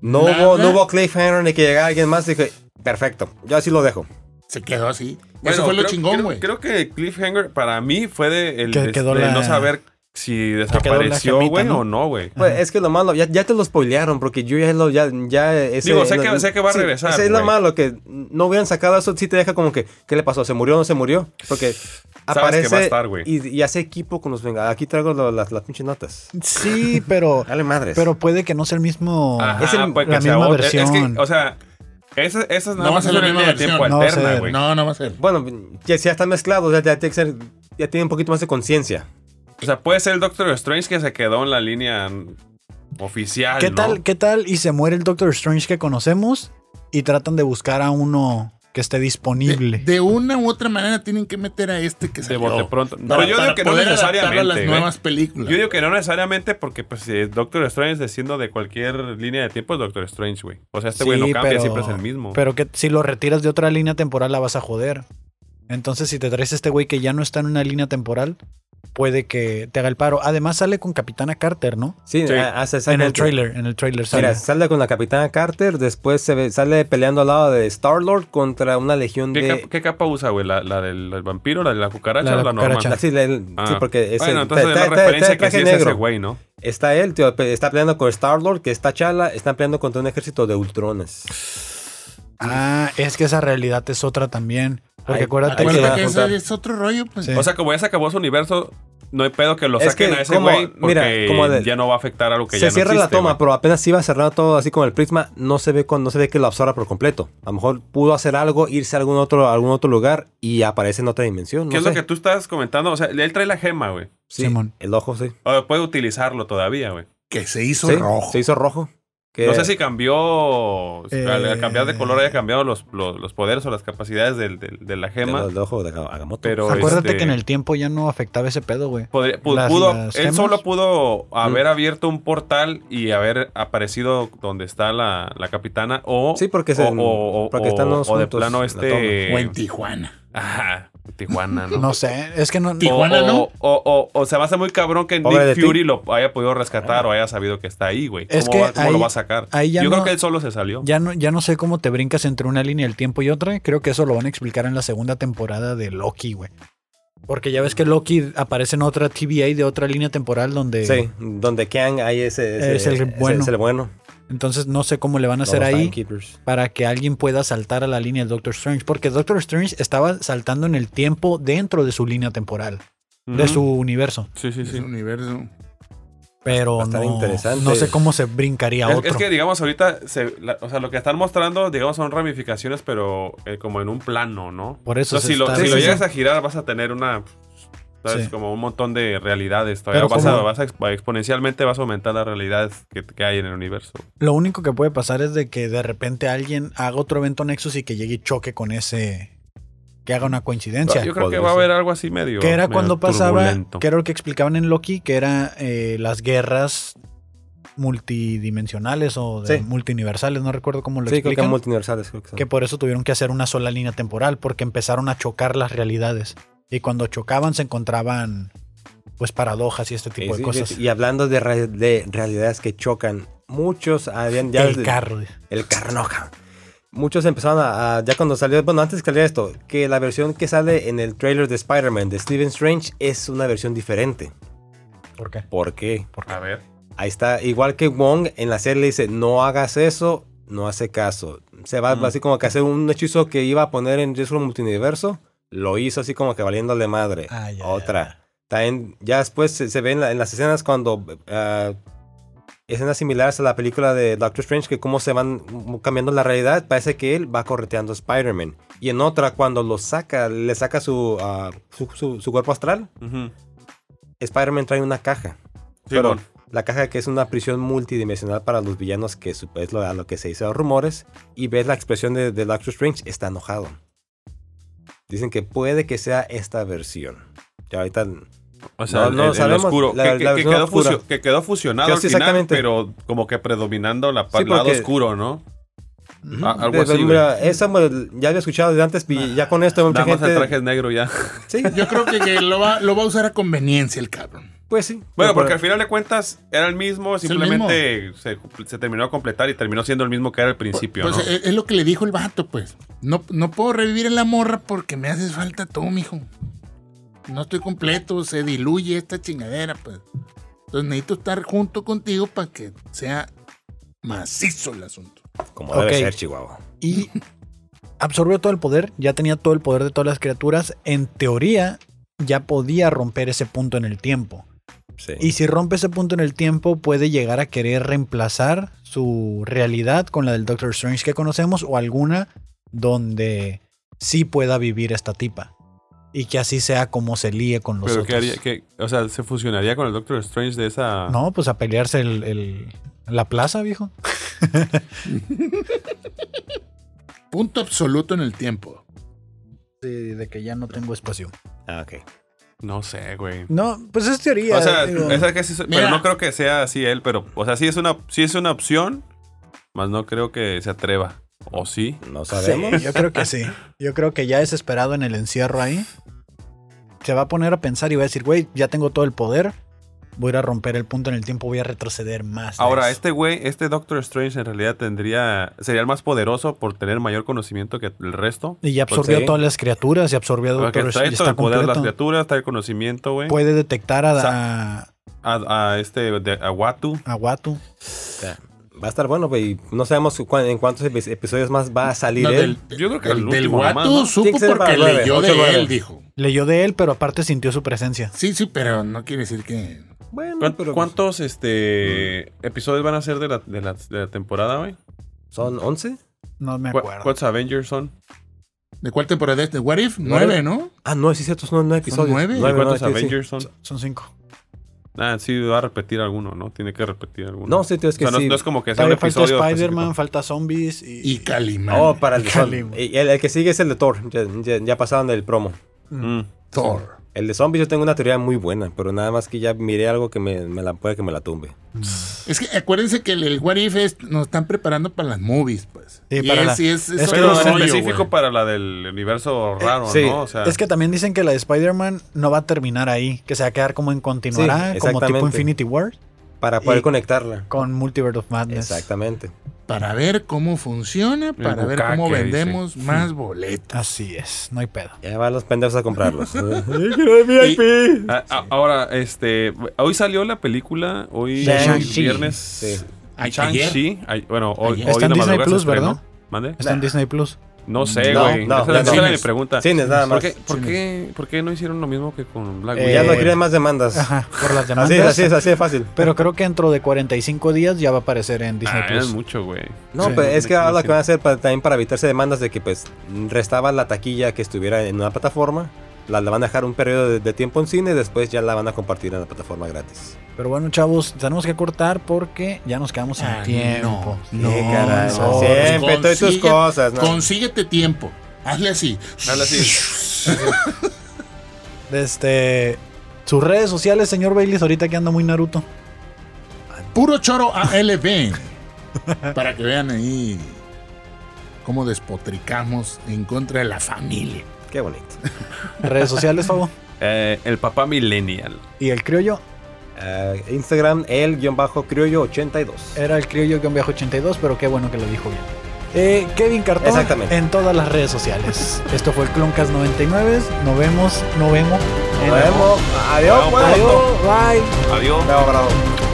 Speaker 3: no
Speaker 2: Nada.
Speaker 3: hubo, no hubo cliffhanger ni que llegara alguien más. Dije, perfecto, yo así lo dejo.
Speaker 2: Se quedó así.
Speaker 4: <laughs> Bueno,
Speaker 2: Eso fue lo
Speaker 4: creo-
Speaker 2: chingón,
Speaker 4: creo-
Speaker 2: güey.
Speaker 4: Creo, que Cliffhanger para mí fue de, el
Speaker 1: Que
Speaker 4: de-
Speaker 1: quedó
Speaker 4: de
Speaker 1: la- Ah,
Speaker 4: no saber si desapareció,
Speaker 1: gemita,
Speaker 4: güey,
Speaker 1: ¿no?
Speaker 4: o no, güey.
Speaker 3: Pues
Speaker 1: Ajá.
Speaker 3: es que lo malo, ya, ya te lo spoilearon porque yo ya lo, ya, ya ese-
Speaker 4: Digo, sé
Speaker 3: no-
Speaker 4: que- sé que va a
Speaker 3: sí,
Speaker 4: regresar,
Speaker 3: ese es lo
Speaker 4: güey.
Speaker 3: malo, que no hubieran sacado eso, sí te deja como que, ¿qué le pasó? ¿Se murió o no se murió? Porque
Speaker 4: que va a
Speaker 3: aparece
Speaker 4: estar, güey.
Speaker 3: y, y hace equipo con los venga Aquí traigo lo- las, las pinches notas.
Speaker 1: Sí,
Speaker 3: <laughs>
Speaker 1: pero,
Speaker 3: Dale madres.
Speaker 1: pero puede que no sea el mismo.
Speaker 4: Ajá,
Speaker 3: es el-
Speaker 4: pues, que
Speaker 1: la
Speaker 4: se
Speaker 1: misma
Speaker 4: ahog-
Speaker 1: versión.
Speaker 4: Es que, o sea, esas esas nada
Speaker 2: No va
Speaker 4: más
Speaker 2: a ser
Speaker 4: son
Speaker 2: la
Speaker 4: en
Speaker 2: misma
Speaker 4: línea de
Speaker 1: versión. No
Speaker 4: tiempo
Speaker 1: va a ser.
Speaker 4: alterna, güey.
Speaker 2: No, no va a ser.
Speaker 3: Bueno, ya, si ya están mezclados, ya, ya tiene que ser- ya tiene un poquito más de conciencia.
Speaker 4: O sea, puede ser el Doctor Strange que se quedó en la línea mm, oficial,
Speaker 1: ¿Qué
Speaker 4: ¿no?
Speaker 1: tal, qué tal y se muere el Doctor Strange que conocemos y tratan de buscar a uno que esté
Speaker 2: De,
Speaker 1: disponible?
Speaker 2: de una u otra manera tienen que meter a este que
Speaker 4: De
Speaker 2: se
Speaker 4: bote pronto. Pero yo digo que no
Speaker 2: a las
Speaker 4: necesariamente, güey.
Speaker 2: nuevas películas.
Speaker 4: Yo digo que no necesariamente porque pues eh, Doctor Strange desciendo de cualquier línea de tiempo es Doctor Strange, güey. O sea, este güey no cambia, siempre es el mismo.
Speaker 1: Pero que si lo retiras de otra línea temporal la vas a joder. Entonces, si te traes a este güey que ya no está en una línea temporal, puede que te haga el paro. Además, sale con Capitana Carter, ¿no?
Speaker 3: Sí,
Speaker 4: Sí.
Speaker 3: a- hace
Speaker 1: En el
Speaker 3: exactamente-
Speaker 1: trailer, en el trailer sale.
Speaker 3: Mira, sale con la capitana Carter, después se ve- sale peleando al lado de Star-Lord contra una legión
Speaker 4: ¿Qué,
Speaker 3: de...
Speaker 4: cap- qué capa usa, güey? ¿La, la del el vampiro, la de la cucaracha
Speaker 1: La de la
Speaker 4: o la normal?
Speaker 1: cucaracha.
Speaker 3: Sí, la- el-
Speaker 4: Ah.
Speaker 3: sí, porque es
Speaker 4: bueno,
Speaker 3: el-
Speaker 4: entonces
Speaker 3: tra-
Speaker 4: es
Speaker 3: tra-
Speaker 4: la
Speaker 3: tra-
Speaker 4: referencia
Speaker 3: traje
Speaker 4: que sí es
Speaker 3: negro.
Speaker 4: ese güey, ¿no?
Speaker 3: Está él, tío, pe- está peleando con Star-Lord, que está chala, están peleando contra un ejército de ultrones.
Speaker 1: Ah, es que esa realidad es otra también. Porque
Speaker 3: Ay,
Speaker 1: acuérdate que,
Speaker 2: Acuérdate
Speaker 3: que
Speaker 2: que ese
Speaker 3: apuntar.
Speaker 2: es otro rollo, pues.
Speaker 1: Sí.
Speaker 4: O sea, como ya se acabó su universo, no hay pedo que lo
Speaker 3: Es
Speaker 4: saquen
Speaker 3: que
Speaker 4: a ese
Speaker 3: como-
Speaker 4: güey porque
Speaker 3: mira, como de-
Speaker 4: ya no va a afectar a lo que
Speaker 3: Se
Speaker 4: ya no
Speaker 3: cierra la
Speaker 4: existe,
Speaker 3: toma,
Speaker 4: güey.
Speaker 3: pero apenas iba cerrando todo así con el prisma, no se ve cuando no se ve que lo absorba por completo. A lo mejor pudo hacer algo, irse a algún otro, a algún otro lugar y aparece en otra dimensión. No
Speaker 4: ¿Qué es
Speaker 3: sé.
Speaker 4: lo que tú estás comentando? O sea, él trae la gema, güey.
Speaker 3: Sí,
Speaker 1: Simón.
Speaker 3: el ojo, sí.
Speaker 4: O puede utilizarlo todavía, güey.
Speaker 2: Que se hizo
Speaker 3: Sí,
Speaker 2: rojo.
Speaker 3: Se hizo rojo. Que-
Speaker 4: No sé si cambió,
Speaker 1: Eh,
Speaker 4: al, al cambiar de color haya cambiado los, los, los poderes o las capacidades del- del- de la
Speaker 3: de
Speaker 4: gema.
Speaker 3: los- de ojo de Aga- Agamotto.
Speaker 4: Pero
Speaker 1: acuérdate
Speaker 4: este,
Speaker 1: que en el tiempo ya no afectaba ese pedo, güey.
Speaker 4: podría- pu-
Speaker 1: las-
Speaker 4: pudo-
Speaker 1: las
Speaker 4: él
Speaker 1: gemas.
Speaker 4: solo pudo haber
Speaker 3: Mm.
Speaker 4: abierto un portal y haber aparecido donde está la, la capitana o
Speaker 3: Sí, porque es
Speaker 4: o,
Speaker 3: en-
Speaker 4: o- o-
Speaker 3: porque están
Speaker 4: o-
Speaker 3: los
Speaker 4: o de
Speaker 3: juntos,
Speaker 4: plano
Speaker 3: la toma.
Speaker 4: este
Speaker 2: O en Tijuana.
Speaker 4: Ajá, Tijuana, ¿no?
Speaker 1: <laughs> No sé, es que no.
Speaker 4: O-
Speaker 2: Tijuana,
Speaker 4: o,
Speaker 2: ¿no?
Speaker 4: O, o- o se me hace muy cabrón que
Speaker 3: Pobre de
Speaker 4: Nick
Speaker 3: ti.
Speaker 4: Fury lo haya podido rescatar o haya sabido que está ahí, güey. ¿Cómo,
Speaker 1: Es que
Speaker 4: va- cómo
Speaker 1: ahí-
Speaker 4: lo va a sacar?
Speaker 1: ahí ya
Speaker 4: Yo
Speaker 1: no-
Speaker 4: creo que él solo se salió.
Speaker 1: Ya no, ya no sé cómo te brincas entre una línea del tiempo y otra. Creo que eso lo van a explicar en la segunda temporada de Loki, güey. Porque ya ves que Loki aparece en otra TVA de otra línea temporal donde.
Speaker 3: Sí, donde Kang ahí es,
Speaker 1: Es el bueno.
Speaker 3: es el bueno.
Speaker 1: Entonces no sé cómo le van a hacer
Speaker 3: Los
Speaker 1: ahí
Speaker 3: Timekeepers.
Speaker 1: para que alguien pueda saltar a la línea del Doctor Strange. Porque Doctor Strange estaba saltando en el tiempo dentro de su línea temporal, de
Speaker 4: Ujú.
Speaker 1: su universo.
Speaker 4: Sí, sí,
Speaker 2: Es
Speaker 4: sí.
Speaker 2: un universo.
Speaker 1: Pero
Speaker 3: Va a estar
Speaker 1: no,
Speaker 3: interesante.
Speaker 1: no sé cómo se brincaría
Speaker 4: Es,
Speaker 1: otro.
Speaker 4: es que, digamos, ahorita, se- la- o sea, lo que están mostrando, digamos, son ramificaciones, pero eh, como en un plano, ¿no?
Speaker 1: Por eso
Speaker 4: Entonces,
Speaker 1: se
Speaker 4: si lo,
Speaker 1: está-
Speaker 4: si
Speaker 1: Sí,
Speaker 4: lo
Speaker 1: sí,
Speaker 4: llegas
Speaker 1: sí.
Speaker 4: a girar, vas a tener una. ¿Sabes?
Speaker 1: Sí.
Speaker 4: Como un montón de realidades. Todavía
Speaker 1: Pero
Speaker 4: vas, a,
Speaker 1: como-
Speaker 4: vas a exp- exponencialmente vas a aumentar las realidades que, que hay en el universo.
Speaker 1: Lo único que puede pasar es de que de repente alguien haga otro evento Nexus y que llegue y choque con ese. que haga una coincidencia.
Speaker 4: Ah, Yo creo que
Speaker 3: podría
Speaker 4: va a
Speaker 3: ser.
Speaker 4: haber algo así medio.
Speaker 1: Que era
Speaker 4: medio
Speaker 1: cuando pasaba,
Speaker 4: turbulento.
Speaker 1: que era lo que explicaban en Loki, que era eh, las guerras multidimensionales o de
Speaker 3: Sí.
Speaker 1: multiuniversales, no recuerdo cómo lo
Speaker 3: Sí, creo que
Speaker 1: explican.
Speaker 3: multiversales. Creo que son.
Speaker 1: que por eso tuvieron que hacer una sola línea temporal, porque empezaron a chocar las realidades. Y cuando chocaban se encontraban pues paradojas y este tipo
Speaker 3: Sí,
Speaker 1: de
Speaker 3: sí,
Speaker 1: cosas.
Speaker 3: Y hablando de, re- de realidades que chocan, muchos habían ya.
Speaker 1: el carro.
Speaker 3: El carro, no, cabrón. Muchos empezaron a, a- Ya cuando salió. Bueno, antes que saliera esto, que la versión que sale en el trailer de Spider-Man de Steven Strange es una versión diferente.
Speaker 1: ¿Por qué?
Speaker 3: ¿Por qué?
Speaker 4: A ver.
Speaker 3: Ahí está, igual que Wong en la serie le dice, no hagas eso, no hace caso. Se va
Speaker 4: Mm.
Speaker 3: así como que a hacer un hechizo que iba a poner en riesgo el multiverso, lo hizo así como que valiéndole madre.
Speaker 1: Ah, ya,
Speaker 3: Otra. También ya después se, se ve en, la- en las escenas cuando... ah, escenas similares a la película de Doctor Strange, que cómo se van mm, cambiando la realidad, parece que él va correteando a Spider-Man. Y en otra, cuando lo saca, le saca su, ah, su- su- su cuerpo astral,
Speaker 4: Ujú.
Speaker 3: Spider-Man trae una caja.
Speaker 4: Sí,
Speaker 3: Pero
Speaker 4: bueno.
Speaker 3: la caja que es una prisión multidimensional para los villanos, que sup- es lo, a lo que se dice los rumores, y ves la expresión de, de Doctor Strange, está enojado. Dicen que puede que sea esta versión. Ya ahorita
Speaker 4: O sea,
Speaker 3: No,
Speaker 4: el-
Speaker 3: no
Speaker 4: el- el
Speaker 3: sabemos
Speaker 4: oscuro.
Speaker 3: la-
Speaker 4: que,
Speaker 3: la
Speaker 4: que- que
Speaker 3: versión
Speaker 4: quedó
Speaker 3: oscura.
Speaker 4: fusio- que quedó fusionado
Speaker 3: Sí,
Speaker 4: al final,
Speaker 3: exactamente.
Speaker 4: pero como que predominando la pa-
Speaker 3: Sí,
Speaker 4: lado
Speaker 3: porque-
Speaker 4: oscuro, ¿no?
Speaker 1: Ujú.
Speaker 4: Ah, algo
Speaker 3: Pero
Speaker 4: así. güey. Ah,
Speaker 3: mira, esa, pues, ya había escuchado de antes, y ya con esto mucha
Speaker 4: Nada más el traje
Speaker 3: gente...
Speaker 4: es
Speaker 3: <laughs>
Speaker 4: negro ya. <laughs>
Speaker 3: Sí,
Speaker 2: Yo creo que, que lo, va, lo va a usar a conveniencia el cabrón.
Speaker 3: pues sí.
Speaker 4: Bueno, porque al
Speaker 3: Pero-
Speaker 4: final de cuentas era el mismo,
Speaker 2: el
Speaker 4: simplemente Se, se terminó de completar y terminó siendo el mismo que era al principio,
Speaker 2: Pues
Speaker 4: ¿no?
Speaker 2: es, es lo que le dijo el vato, pues. No, no puedo revivir en la morra porque me haces falta tú, mijo. No estoy completo, se diluye esta chingadera, pues. Entonces necesito estar junto contigo para que sea macizo el asunto.
Speaker 3: Como debe
Speaker 1: Ok.
Speaker 3: ser, Chihuahua.
Speaker 1: Y absorbió todo el poder, ya tenía todo el poder de todas las criaturas. En teoría, ya podía romper ese punto en el tiempo.
Speaker 3: Sí.
Speaker 1: Y si rompe ese punto en el tiempo, puede llegar a querer reemplazar su realidad con la del Doctor Strange que conocemos o alguna donde sí pueda vivir esta tipa. Y que así sea como se líe con
Speaker 3: Pues,
Speaker 1: los
Speaker 4: Pero
Speaker 1: otros.
Speaker 4: ¿qué haría? ¿Qué- o sea, ¿se fusionaría con el Doctor Strange de esa...?
Speaker 1: No, pues a pelearse el, el- la plaza, viejo.
Speaker 2: Punto absoluto en el tiempo.
Speaker 1: De, que ya no tengo espacio.
Speaker 3: Ah, ok.
Speaker 4: No sé, güey.
Speaker 1: No, pues es teoría.
Speaker 4: O sea,
Speaker 1: digo.
Speaker 4: esa que sí se- pero
Speaker 2: Mira.
Speaker 4: no creo que sea así él, pero... O sea, sí es una, sí es una opción, más no creo que se atreva. ¿O sí?
Speaker 3: No sabemos.
Speaker 1: Sí, yo creo que sí. Yo creo que ya desesperado en el encierro ahí, se va a poner a pensar y va a decir, güey, ya tengo todo el poder, voy a ir a romper el punto en el tiempo, voy a retroceder más. de
Speaker 4: Ahora,
Speaker 1: eso".
Speaker 4: este güey, este Doctor Strange en realidad tendría... Sería el más poderoso por tener mayor conocimiento que el resto.
Speaker 1: Y ya absorbió
Speaker 3: pues, sí.
Speaker 1: todas las criaturas y absorbió a Doctor
Speaker 4: Porque está
Speaker 1: Strange,
Speaker 4: esto
Speaker 1: está
Speaker 4: el poder de las
Speaker 1: completo.
Speaker 4: criaturas, está el conocimiento, güey.
Speaker 1: Puede detectar a,
Speaker 4: O
Speaker 1: a,
Speaker 4: A, a este, de, a Watu.
Speaker 1: a Watu.
Speaker 3: Va a estar bueno, pues, y no sabemos cu- en cuántos epi- episodios más va a salir
Speaker 2: No,
Speaker 3: él.
Speaker 2: del,
Speaker 4: Yo creo que
Speaker 2: del,
Speaker 4: el
Speaker 2: del
Speaker 4: último nomás,
Speaker 2: guato
Speaker 4: ¿no?
Speaker 2: supo
Speaker 3: Tiene que ser
Speaker 2: porque
Speaker 3: para nueve,
Speaker 2: leyó
Speaker 3: ocho,
Speaker 2: de
Speaker 3: nueve.
Speaker 2: él, dijo.
Speaker 1: Leyó de él, pero aparte sintió su presencia.
Speaker 2: Sí, sí, pero no quiere decir que.
Speaker 3: Bueno,
Speaker 4: ¿Cuán-
Speaker 3: pero pues,
Speaker 4: ¿Cuántos este, episodios van a ser de la, de la, de la temporada, güey?
Speaker 3: ¿Son 11?
Speaker 1: No me
Speaker 4: ¿Cu-
Speaker 1: acuerdo.
Speaker 4: ¿Cuántos Avengers son?
Speaker 2: ¿De cuál temporada es? ¿De What If?
Speaker 3: What
Speaker 2: Nueve, ¿no?
Speaker 3: Ah, no, sí, cierto, son nueve episodios.
Speaker 2: nueve?
Speaker 4: ¿Y
Speaker 2: Nueve,
Speaker 4: ¿Cuántos
Speaker 3: nueve, sí, sí.
Speaker 4: Avengers son?
Speaker 1: Son cinco.
Speaker 4: Ah, sí, va a repetir alguno, ¿no? Tiene que repetir alguno.
Speaker 3: No, sí, tío, es que
Speaker 4: O sea, no,
Speaker 3: sí.
Speaker 4: no es como que sea un
Speaker 1: Todavía falta
Speaker 4: episodio.
Speaker 1: Spider-Man, Mm.
Speaker 4: específico.
Speaker 1: falta zombies y...
Speaker 2: Y Calimán.
Speaker 3: Oh, para el,
Speaker 1: Calim.
Speaker 3: y el, el que sigue es el de Thor. Ya, ya- ya pasaron el promo.
Speaker 4: Mm.
Speaker 2: Thor.
Speaker 3: El de zombies yo tengo una teoría muy buena, pero nada más que ya miré algo que me, me la puede que me la tumbe.
Speaker 2: Es que acuérdense que el, el What If es- nos están preparando para las movies, pues.
Speaker 1: Sí, para la-
Speaker 2: es,
Speaker 1: es que
Speaker 2: otro
Speaker 4: Pero en
Speaker 2: rollo,
Speaker 4: específico
Speaker 2: güey.
Speaker 4: para la del universo raro,
Speaker 3: sí,
Speaker 4: ¿no? O sea,
Speaker 1: Eh, Es que también dicen que la de Spider-Man no va a terminar ahí, que se va a quedar como en continuará,
Speaker 3: Sí,
Speaker 1: como tipo
Speaker 3: exactamente.
Speaker 1: Infinity War
Speaker 3: Para poder
Speaker 1: Y-
Speaker 3: conectarla.
Speaker 1: con Multiverse of Madness.
Speaker 3: Exactamente.
Speaker 2: Para ver cómo funciona, para ver
Speaker 4: bucaque,
Speaker 2: cómo
Speaker 4: dice.
Speaker 2: vendemos más boletos.
Speaker 1: Así es, no hay pedo.
Speaker 3: Ya van los pendejos a comprarlos.
Speaker 4: Ah, a- a- ahora, este, hoy salió la película, hoy
Speaker 1: De Shang-Chi.
Speaker 4: viernes.
Speaker 3: Sí.
Speaker 2: A- ayer.
Speaker 4: Shang-Chi. ay- Bueno, hoy,
Speaker 2: Ayer.
Speaker 4: hoy
Speaker 1: Está en
Speaker 4: la
Speaker 1: Disney
Speaker 4: madrugada se
Speaker 1: Plus,
Speaker 4: estrenó.
Speaker 1: ¿verdad?
Speaker 4: ¿Mande?
Speaker 1: Está en Disney Plus.
Speaker 4: No sé,
Speaker 3: No,
Speaker 4: güey.
Speaker 3: no,
Speaker 4: esa
Speaker 3: ya
Speaker 4: esa era mi
Speaker 2: cines.
Speaker 4: pregunta.
Speaker 3: Cines, nada más.
Speaker 4: ¿Por qué, por, qué, ¿Por qué no hicieron lo mismo que con Black
Speaker 1: Eh,
Speaker 4: Widow?
Speaker 3: Ya no
Speaker 4: güey?
Speaker 3: quieren más demandas.
Speaker 1: Ajá, por las
Speaker 3: Así
Speaker 1: demandas.
Speaker 3: es, así es, así de fácil.
Speaker 1: Pero creo que dentro de 45 días ya va a aparecer en Disney
Speaker 4: Ah, es
Speaker 1: Plus.
Speaker 4: mucho, güey.
Speaker 3: No,
Speaker 1: Sí.
Speaker 3: pero es que
Speaker 4: No
Speaker 3: ahora lo que
Speaker 4: quieren.
Speaker 3: van a hacer para- también para evitarse demandas de que pues restaba la taquilla que estuviera en una plataforma, la, la van a dejar un periodo de, de tiempo en cine y después ya la van a compartir en la plataforma gratis.
Speaker 1: Pero bueno, chavos, tenemos que cortar porque ya nos quedamos sin
Speaker 2: Ah,
Speaker 1: tiempo.
Speaker 2: No,
Speaker 3: Sí, eh.
Speaker 2: caray,
Speaker 1: no.
Speaker 3: Siempre, estoy tus
Speaker 2: Consigue-
Speaker 3: cosas, ¿no?
Speaker 2: Consíguete tiempo. Hazle así.
Speaker 4: Hazle así.
Speaker 1: Este. Sus redes sociales, señor Baileys, ahorita que anda muy Naruto.
Speaker 2: Puro choro
Speaker 1: <laughs>
Speaker 2: ALB. para que vean ahí cómo despotricamos en contra de la familia.
Speaker 3: Qué bonito.
Speaker 1: Redes sociales, Fabo.
Speaker 4: Eh, el papá millennial.
Speaker 1: Y el criollo
Speaker 3: Ah, Instagram, el-criollo82.
Speaker 1: era el criollo que viaje 82, pero qué bueno que lo dijo bien. Eh, Kevin Cartón
Speaker 3: Exactamente.
Speaker 1: en todas las redes <laughs> sociales. Esto fue el Cloncast 99. Nos vemos, nos vemos.
Speaker 3: Nos vemos. Adiós,
Speaker 4: Nos
Speaker 3: pues.
Speaker 1: Adiós, bye.
Speaker 4: Adiós.
Speaker 3: Bravo, bravo.